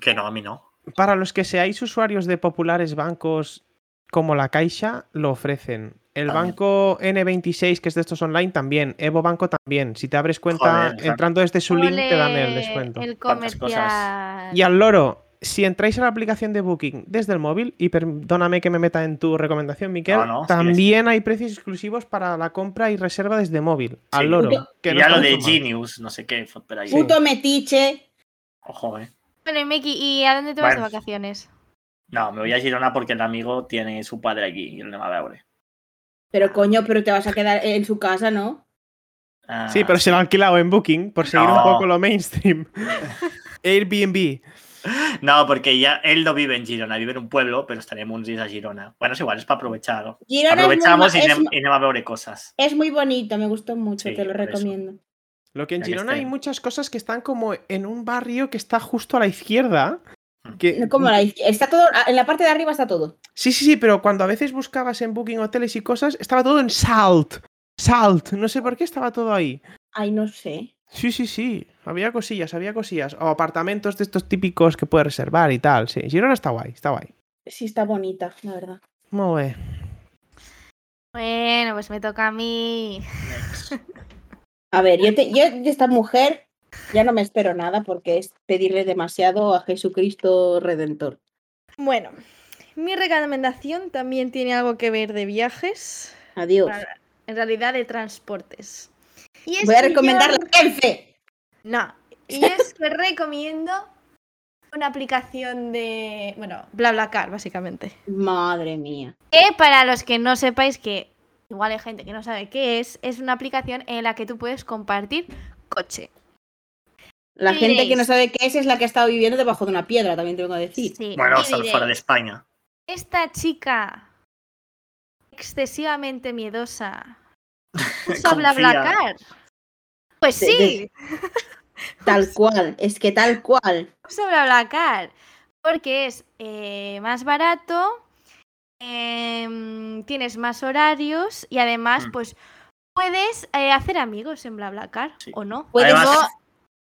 S4: Que no, a mí no.
S3: Para los que seáis usuarios de populares bancos como la Caixa, lo ofrecen. El
S4: También.
S3: banco N26, que es de estos online, también. Evo Banco también. Si te abres cuenta
S4: Joder, exacto.
S3: entrando desde su link, te dan el
S2: Ole,
S3: descuento.
S2: El
S4: Cuántas cosas.
S2: comercial.
S3: Y al loro, si entráis a la aplicación de Booking desde el móvil, y perdóname que me meta en tu recomendación, Miquel,
S4: No, no, sí,
S3: también hay precios exclusivos para la compra y reserva desde móvil. Al
S4: Sí.
S3: loro. que
S4: Y
S3: no
S4: ya
S3: está
S4: lo de
S3: mucho mal.
S4: Genius, no sé qué, fue por ahí.
S1: Puto metiche.
S4: Ojo, eh.
S2: Bueno, y Miki, ¿y a dónde te vas
S4: Bueno.
S2: de vacaciones?
S4: No, me voy a Girona porque el amigo tiene su padre aquí y él no va a ver.
S1: Pero coño, pero te vas a quedar en su casa, ¿no?
S4: Ah,
S3: Sí, pero se lo han alquilado en Booking por seguir un
S4: No.
S3: poco lo
S4: *laughs*
S3: mainstream. Airbnb.
S4: No, porque ya él no vive en Girona, vive en un pueblo, pero estaremos un día a Girona. Bueno, es igual, es para aprovechar. ¿no?
S1: Girona es muy
S4: Aprovechamos
S1: mo-
S4: y
S1: es,
S4: anem- y no va a
S2: *laughs*
S4: ver cosas.
S1: es muy bonito, me gustó mucho,
S4: Sí,
S1: te lo
S4: por eso.
S1: recomiendo.
S3: Lo que en
S4: Ya que
S3: Girona hay
S4: estén.
S3: muchas cosas que están como en un barrio que está justo a la izquierda.
S4: Hmm.
S3: Que...
S1: No, Como la izquierda, está todo, en la parte de arriba está todo.
S3: Sí, sí, sí, pero cuando a veces buscabas en Booking hoteles y cosas, estaba todo en Salt. Salt. No sé por qué estaba todo ahí.
S1: Ay, no sé.
S3: Sí, sí, sí. Había cosillas, había cosillas. O apartamentos de estos típicos que puedes reservar y tal. Sí, Girona está guay, está guay.
S1: Sí está bonita, la verdad.
S3: Muy bien.
S2: Bueno, pues me toca a mí.
S1: A ver, yo, te- yo de esta mujer ya no me espero nada porque es pedirle demasiado a Jesucristo Redentor.
S2: Bueno, mi recomendación también tiene algo que ver de viajes.
S1: Adiós.
S2: Vale. En realidad, de transportes. Y es
S1: Voy a
S2: que yo-
S1: recomendar la Renfe.
S2: No. *laughs* Y es que recomiendo una aplicación de. Bueno, BlaBlaCar, básicamente.
S1: Madre mía.
S2: Que para los que no sepáis que. Igual hay gente que no sabe qué es, es una aplicación en la que tú puedes compartir coche.
S1: La
S2: ¿Qué
S1: gente que no
S2: diréis?
S1: sabe qué es es la que ha estado viviendo debajo de una piedra, también tengo que decir.
S4: Bueno,
S2: y
S4: hasta
S2: diréis,
S4: fuera de España.
S2: Esta chica excesivamente
S4: *laughs*
S2: miedosa usa
S4: Confía.
S2: BlaBlaCar. Pues
S1: De-
S2: sí,
S1: Tal cual, es que tal cual.
S2: usa BlaBlaCar porque es eh, más barato, em, tienes más horarios y además,
S4: Mm.
S2: pues puedes eh, hacer amigos en BlaBlaCar
S4: Sí.
S2: o no.
S1: Puedes-
S4: Además-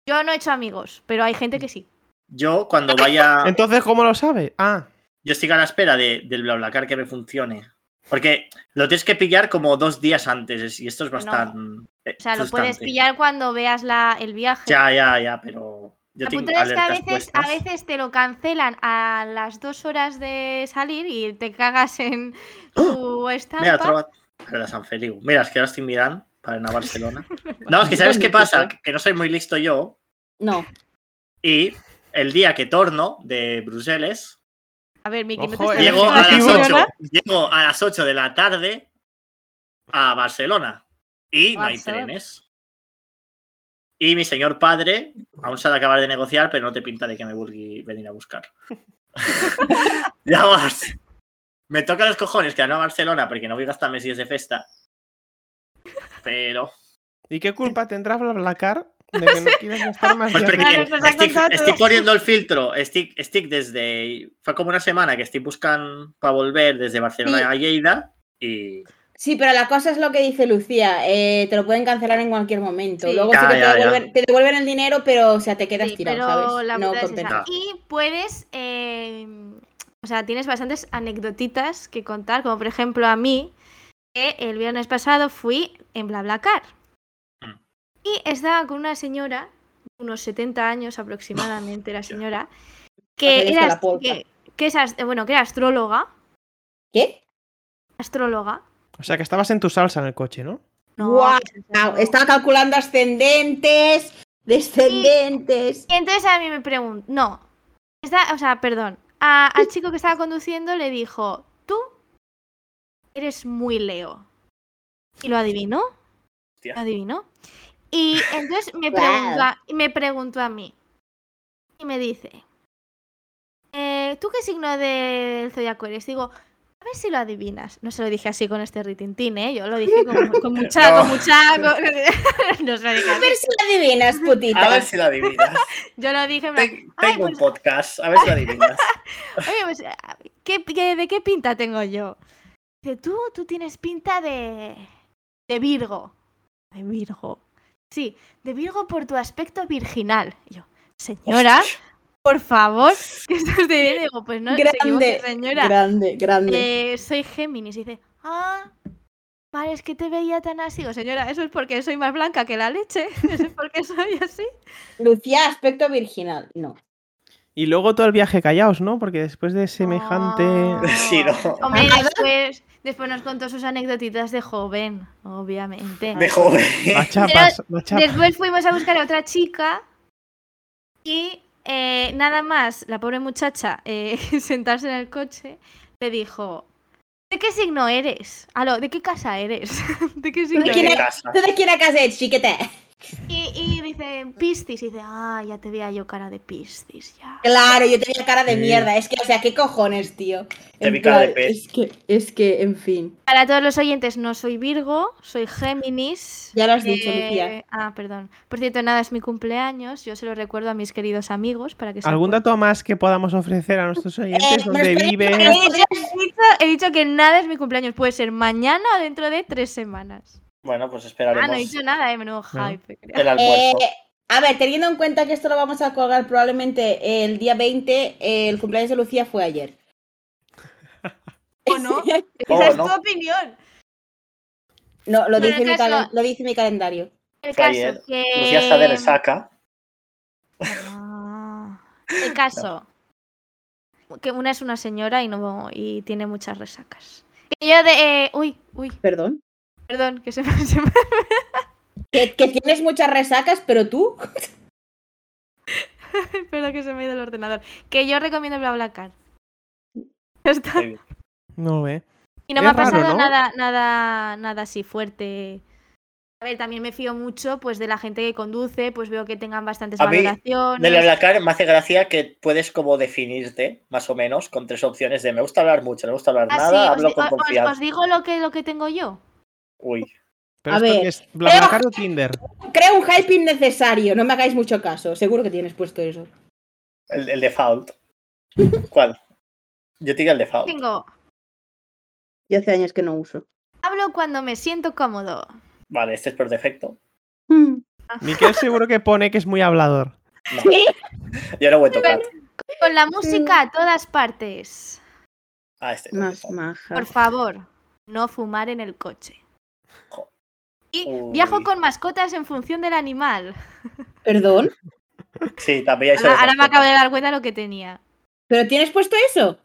S2: yo, yo no he hecho amigos, pero hay gente que sí.
S4: Yo cuando
S3: *laughs*
S4: vaya,
S3: Entonces, ¿cómo lo sabes? Ah,
S4: yo estoy a la espera de, del BlaBlaCar que me funcione. Porque lo tienes que pillar como dos días antes y esto es bastante... eh,
S2: O sea, lo puedes
S4: frustrante.
S2: pillar cuando veas la, el viaje.
S4: Ya, ya, ya, pero... Yo
S2: La
S4: tengo
S2: putada es que a
S4: alertas
S2: veces, a
S4: puestas.
S2: veces te lo cancelan a las dos horas de salir y te cagas en tu
S4: ¡Ah! Mira,
S2: estampa.
S4: troba... Para San Feliu. Mira, es que ahora estoy mirando para ir a Barcelona. No, es que ¿sabes qué pasa? Que no soy muy listo yo
S1: No,
S4: y el día que torno de Bruselas,
S2: A ver, Miki, no te
S3: Ojo, eh.
S2: estás
S4: Llego
S2: metiendo
S4: a
S2: aquí,
S4: las
S3: Barcelona.
S4: 8.
S2: ¿verdad?
S4: Llego a las 8 de la tarde a Barcelona. Y no hay
S2: Barcelona.
S4: trenes. Y mi señor padre aún se ha de acabar de negociar, pero no te pinta de que me vulgui venir a buscar. ya vas. Me toca los cojones que no a Barcelona porque no voy a gastarme si es de festa. Pero.
S3: ¿y qué culpa tendrá BlaBlaCar de que no quieras gastar más
S4: Pues
S3: días?
S4: porque
S2: Claro, pues ha
S4: estic,
S2: contado todo.
S4: estic poniendo el filtro. Estic, estic desde. Fue como una semana que estic buscando para volver desde Barcelona
S1: Sí.
S4: a Lleida y.
S1: Sí, pero la cosa es lo que dice Lucía, eh, te lo pueden cancelar en cualquier momento.
S2: Sí.
S1: Luego
S4: Ya,
S1: sí que
S4: ya,
S1: te,
S4: ya.
S1: devuelven, te devuelven el dinero, pero o sea, te quedas
S2: Sí,
S1: tirado,
S2: pero
S1: ¿sabes?
S2: la
S1: no
S2: putada es esa.
S1: compensa.
S2: Y puedes, eh, o sea, tienes bastantes anecdotitas que contar, como por ejemplo a mí, que el viernes pasado fui en BlaBlaCar.
S4: Mm.
S2: Y estaba con una señora, unos 70 años aproximadamente la señora, que
S1: Hacer esto a la
S2: era,
S1: polca.
S2: que, que es as- bueno, que era astróloga,
S1: ¿Qué?
S2: astróloga.
S3: O sea, que estabas en tu salsa en el coche, ¿no?
S2: No,
S1: Guau,
S2: que es
S1: Ah,
S2: astróloga.
S1: estaba calculando ascendentes, Descendentes.
S2: Y entonces a mí me preguntó, no, Esta- o sea, perdón, a- al chico que estaba conduciendo le dijo, tú eres muy Leo. Y lo adivinó,
S4: Hostia.
S2: lo adivinó. Y entonces me
S1: Wow.
S2: preguntó, a- me preguntó a mí y me dice, "Eh, ¿tú qué signo del zodiaco eres? Digo, a ver si lo adivinas. No se lo dije así con este ritintín, ¿eh? Yo lo dije con, con mucha, con
S4: *laughs* No.
S2: mucha... con- *laughs* no se lo dije
S1: A
S2: así.
S1: ver si la adivinas, putita.
S4: A ver si la adivinas.
S2: *laughs* Yo lo dije... en plan,
S4: Ten-
S2: "Ay,
S4: tengo un
S2: pues-
S4: podcast, a ver si
S2: *laughs*
S4: la adivinas. *laughs*
S2: Oye, pues, a- ¿qué- qué- de qué pinta tengo yo? Dice, tú, tú tienes pinta de. de Virgo. De Virgo. Sí, de Virgo por tu aspecto virginal. Y yo, señora, por favor, que esto es de Virgo. Digo, Pues no, se equivoca,
S1: grande,
S2: señora.
S1: grande, grande.
S2: Eh, soy Géminis. Y dice, ah, vale, es que te veía tan así. Digo, señora, eso es porque soy más blanca que la leche. *laughs* Eso es porque soy así.
S1: Lucía, aspecto virginal. No.
S3: Y luego todo el viaje callaos, ¿no? Porque después de semejante.
S2: Ah.
S4: Sí, no.
S2: Hombre,
S1: Nada.
S2: después, después nos contó sus anecdotitas de joven, obviamente.
S4: De joven.
S3: Ah, Machapas, machapas.
S2: Después fuimos a buscar a otra chica y eh, nada más la pobre muchacha eh, *laughs* sentarse en el coche le dijo, ¿de qué signo eres? Aló, ¿de qué casa eres? *laughs* ¿De qué signo
S1: ¿De quién
S2: eres?
S4: *laughs* De
S1: es?
S4: casa.
S1: ¿Tú de quién acas de chiquete?
S2: Y, y dice, Piscis. Y dice, ah, ya te veía yo cara de Piscis, ya.
S1: Claro, yo tenía cara de
S3: Sí.
S1: mierda. Es que, o sea, ¿qué cojones, tío?
S4: Te
S1: En
S4: vi cara de
S1: plan,
S4: pez.
S1: Es que, es que, en fin.
S2: Para todos los oyentes, no soy Virgo, soy Géminis.
S1: Ya lo has dicho,
S2: Eh,
S1: Lucía.
S2: Ah, perdón. Por cierto, nada, es mi cumpleaños. Yo se lo recuerdo a mis queridos amigos para que se
S3: ¿Algún
S2: acuerden.
S3: dato más que podamos ofrecer a nuestros oyentes?
S1: pero
S3: ¿Dónde
S1: espera,
S2: He
S3: vive?
S1: espera.
S2: dicho, he dicho- he dicho que nada es mi cumpleaños. Puede ser mañana o dentro de tres semanas.
S4: Bueno,
S2: Ah,
S4: pues
S2: no he
S4: esperaremos
S2: dicho nada, eh, menudo
S3: No.
S2: hype.
S4: el almuerzo.
S1: Eh, a ver, teniendo en cuenta que esto lo vamos a colgar probablemente el día 20, eh, el cumpleaños de Lucía fue ayer. *laughs*
S2: ¿O no?
S4: Oh,
S2: Esa es
S4: no.
S2: tu opinión.
S1: No, lo
S2: Bueno,
S1: dice, mi,
S2: caso-
S1: calen- lo dice mi calendario.
S2: El
S4: Fue
S2: caso
S4: ayer.
S2: que...
S4: Lucía Pues está
S2: eh,
S4: de resaca.
S2: Ah, El caso. Que una es una señora y no y tiene muchas resacas. Que yo de. eh, uy, uy,
S1: Perdón.
S2: perdón, que se me. *laughs* se me-
S1: Que, que tienes muchas resacas, pero tú.
S2: perdón, que se me ha ido el ordenador. Que yo recomiendo BlaBlaCar. Ya está.
S4: Muy bien.
S3: No, eh.
S2: Y no
S3: Es
S2: me ha
S3: raro,
S2: pasado
S3: ¿no?
S2: nada, nada, nada así fuerte. A ver, también me fío mucho pues de la gente que conduce, pues veo que tengan bastantes
S4: A mí, de
S2: valoraciones.
S4: De la Blacar me hace gracia que puedes como definirte, más o menos, con tres opciones de me gusta hablar mucho, no me gusta hablar
S2: Así,
S4: nada,
S2: Ah, os
S4: hablo
S2: di-
S4: con
S2: os- os-
S4: confianza.
S2: os digo lo que, lo que tengo yo.
S4: Uy,
S3: Pero
S1: A
S3: esto
S1: ver.
S3: que es BlaBlaCar o Tinder.
S1: Creo un hype innecesario. No me hagáis mucho caso. Seguro que tienes puesto eso.
S4: el, el
S3: *laughs*
S4: default. ¿Cuál? Yo te digo el default.
S2: Tengo,
S1: Yo hace años que no uso.
S2: hablo cuando me siento cómodo.
S4: Vale, este es por defecto.
S3: Miquel seguro que pone que es muy hablador.
S4: No,
S1: Sí.
S4: yo no voy a tocar.
S2: Con
S4: Mm.
S2: la música a todas partes.
S4: Ah, este. es el
S1: Más
S4: default.
S1: maja.
S2: Por favor, no fumar en el coche.
S4: Jo.
S2: Y
S4: Uy.
S2: viajo con mascotas en función del animal.
S1: Perdón.
S4: Sí, también hay
S2: Ahora,
S4: sobre
S2: ahora me
S4: mascotas.
S2: acabo de dar cuenta de lo que tenía.
S1: ¿Pero tienes puesto eso?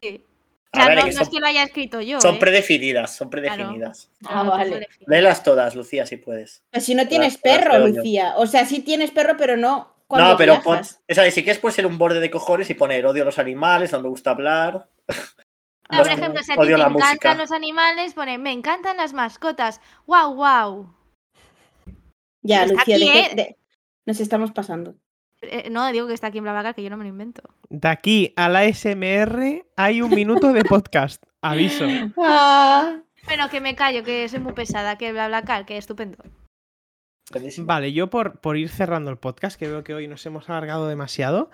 S2: Sí.
S4: A
S2: O sea,
S4: ver,
S2: no,
S4: que
S2: no
S4: son-
S2: es que lo haya escrito yo.
S4: Son
S2: ¿eh?
S4: predefinidas, son
S2: Claro.
S4: predefinidas.
S1: Ah,
S2: No,
S1: vale.
S2: sobre-
S4: Léelas todas, Lucía, si puedes.
S1: Pero Pues si no tienes
S4: Las- las
S1: perro,
S4: veo yo.
S1: Lucía. O sea, sí tienes perro, pero no. Cuando
S4: no, pero pon,
S1: viajas.
S4: o sea, si quieres puedes ser un borde de cojones y poner odio a los animales, no me gusta hablar. *laughs*
S2: Pero, Ah, por
S4: Odio-
S2: ejemplo, si a ti te
S4: odio la
S2: encantan
S4: música.
S2: los animales, pone, me encantan las mascotas. Wow, wow.
S1: Ya,
S2: Está
S1: Lucía, ¿de
S2: aquí,
S1: qué-
S2: ¿eh?
S1: de- nos estamos pasando.
S2: no, digo que está aquí en Blablacar, que yo no me lo invento.
S3: De aquí a la SMR hay un minuto de podcast. Aviso.
S1: Ah.
S2: Bueno, que me callo, que soy muy pesada, que Blablacar, que estupendo.
S4: Buenísimo.
S3: Vale, yo por, por ir cerrando el podcast, que veo que hoy nos hemos alargado demasiado,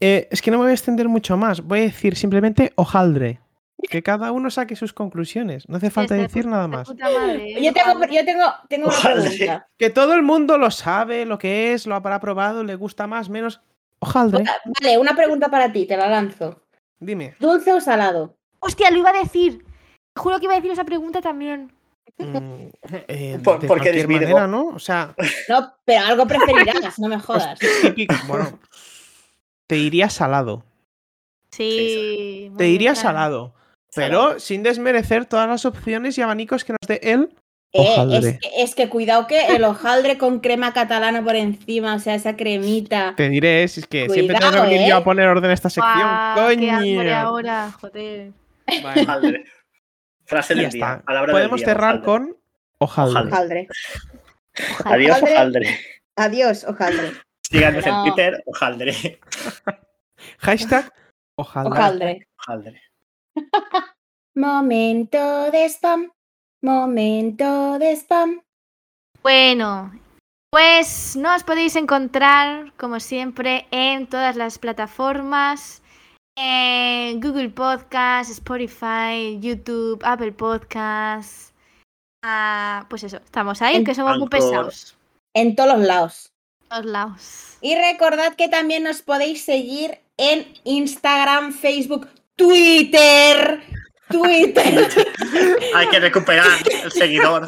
S3: eh, es que no me voy a extender mucho más. Voy a decir simplemente hojaldre. Que cada uno saque sus conclusiones. No hace falta
S2: Este,
S3: decir nada
S2: de
S3: más.
S2: puta madre, ¿eh?
S1: Yo tengo, yo tengo, tengo una
S4: Ojalá.
S1: pregunta.
S3: Que todo el mundo lo sabe, lo que es, lo habrá probado, le gusta más, menos. Hojaldre,
S1: Vale, una pregunta para ti, te la lanzo.
S3: dime.
S1: ¿Dulce o salado?
S2: Hostia, lo iba a decir. Juro que iba a decir esa pregunta también.
S3: Mm, eh,
S4: Por-
S3: de
S4: porque eres
S3: cualquier
S4: Virgo.
S3: manera, ¿no? O sea,
S1: No, pero algo preferirás, no me
S3: pues, *laughs*
S1: jodas. Eh,
S3: típico- bueno, te diría salado.
S2: Sí. muy
S3: Te
S2: bien,
S3: diría
S2: claro.
S3: salado. Pero
S4: Salado.
S3: sin desmerecer todas las opciones y abanicos que nos dé él
S1: Eh, es,
S3: Hojaldre.
S1: que, es que cuidado que el hojaldre con crema catalana por encima, o sea, esa cremita.
S3: Te diré, si es que siempre tengo que
S1: Cuidado,
S3: venir
S1: ¿eh?
S3: yo a poner orden a esta sección.
S2: Guau, qué hambre
S3: ¡Coño!
S2: ahora, joder.
S3: Vale,
S4: Hojaldre. Frase
S3: ya
S4: del
S3: está.
S4: día. Palabra del
S3: Podemos
S4: día,
S3: cerrar
S4: hojaldre.
S3: con hojaldre.
S1: Hojaldre.
S2: Ojalá.
S4: Adiós,
S1: hojaldre.
S4: hojaldre.
S1: Adiós, hojaldre.
S4: Síganos
S1: No.
S4: en Twitter, hojaldre.
S3: Hashtag hojaldre.
S1: Hojaldre.
S4: Hojaldre.
S1: Momento de spam. Momento de spam.
S2: Bueno, pues nos podéis encontrar, como siempre, en todas las plataformas. En Google Podcast, Spotify, YouTube, Apple Podcast. Ah, pues eso, estamos ahí,
S1: En-
S2: que somos muy
S4: Anchor.
S2: pesados.
S1: En todos los lados.
S2: Todos lados.
S1: Y recordad que también nos podéis seguir en Instagram, Facebook, Twitter.
S4: *laughs*
S1: Twitter,
S4: Hay que recuperar el seguidor.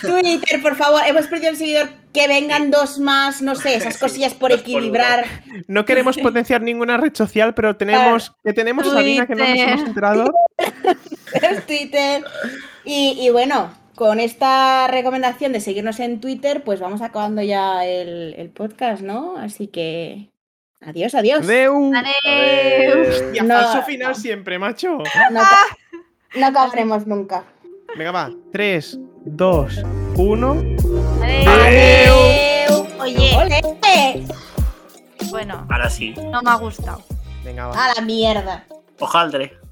S1: Twitter, por favor. Hemos perdido un seguidor. Que vengan dos más, no sé, esas
S4: Sí,
S1: cosillas por
S4: dos por
S1: equilibrar.
S3: No
S2: *laughs*
S3: queremos potenciar ninguna red social, pero tenemos que tenemos a Sabina que no nos
S2: Twitter.
S3: hemos enterado.
S1: Es Twitter. Y, y bueno, con esta recomendación de seguirnos en Twitter, pues vamos acabando ya el, el podcast, ¿no? Así que adiós, adiós.
S3: Deu.
S2: Adiós.
S3: Y a
S1: No,
S3: falso final
S1: no.
S3: siempre, macho.
S1: No, ca- no acabaremos nunca.
S3: Venga, va. 3, 2, 1.
S1: Adiós.
S2: Oye,
S1: Ole.
S2: bueno,
S4: Ahora sí.
S2: no me ha gustado.
S3: Venga, va.
S1: A la mierda.
S4: Hojaldre.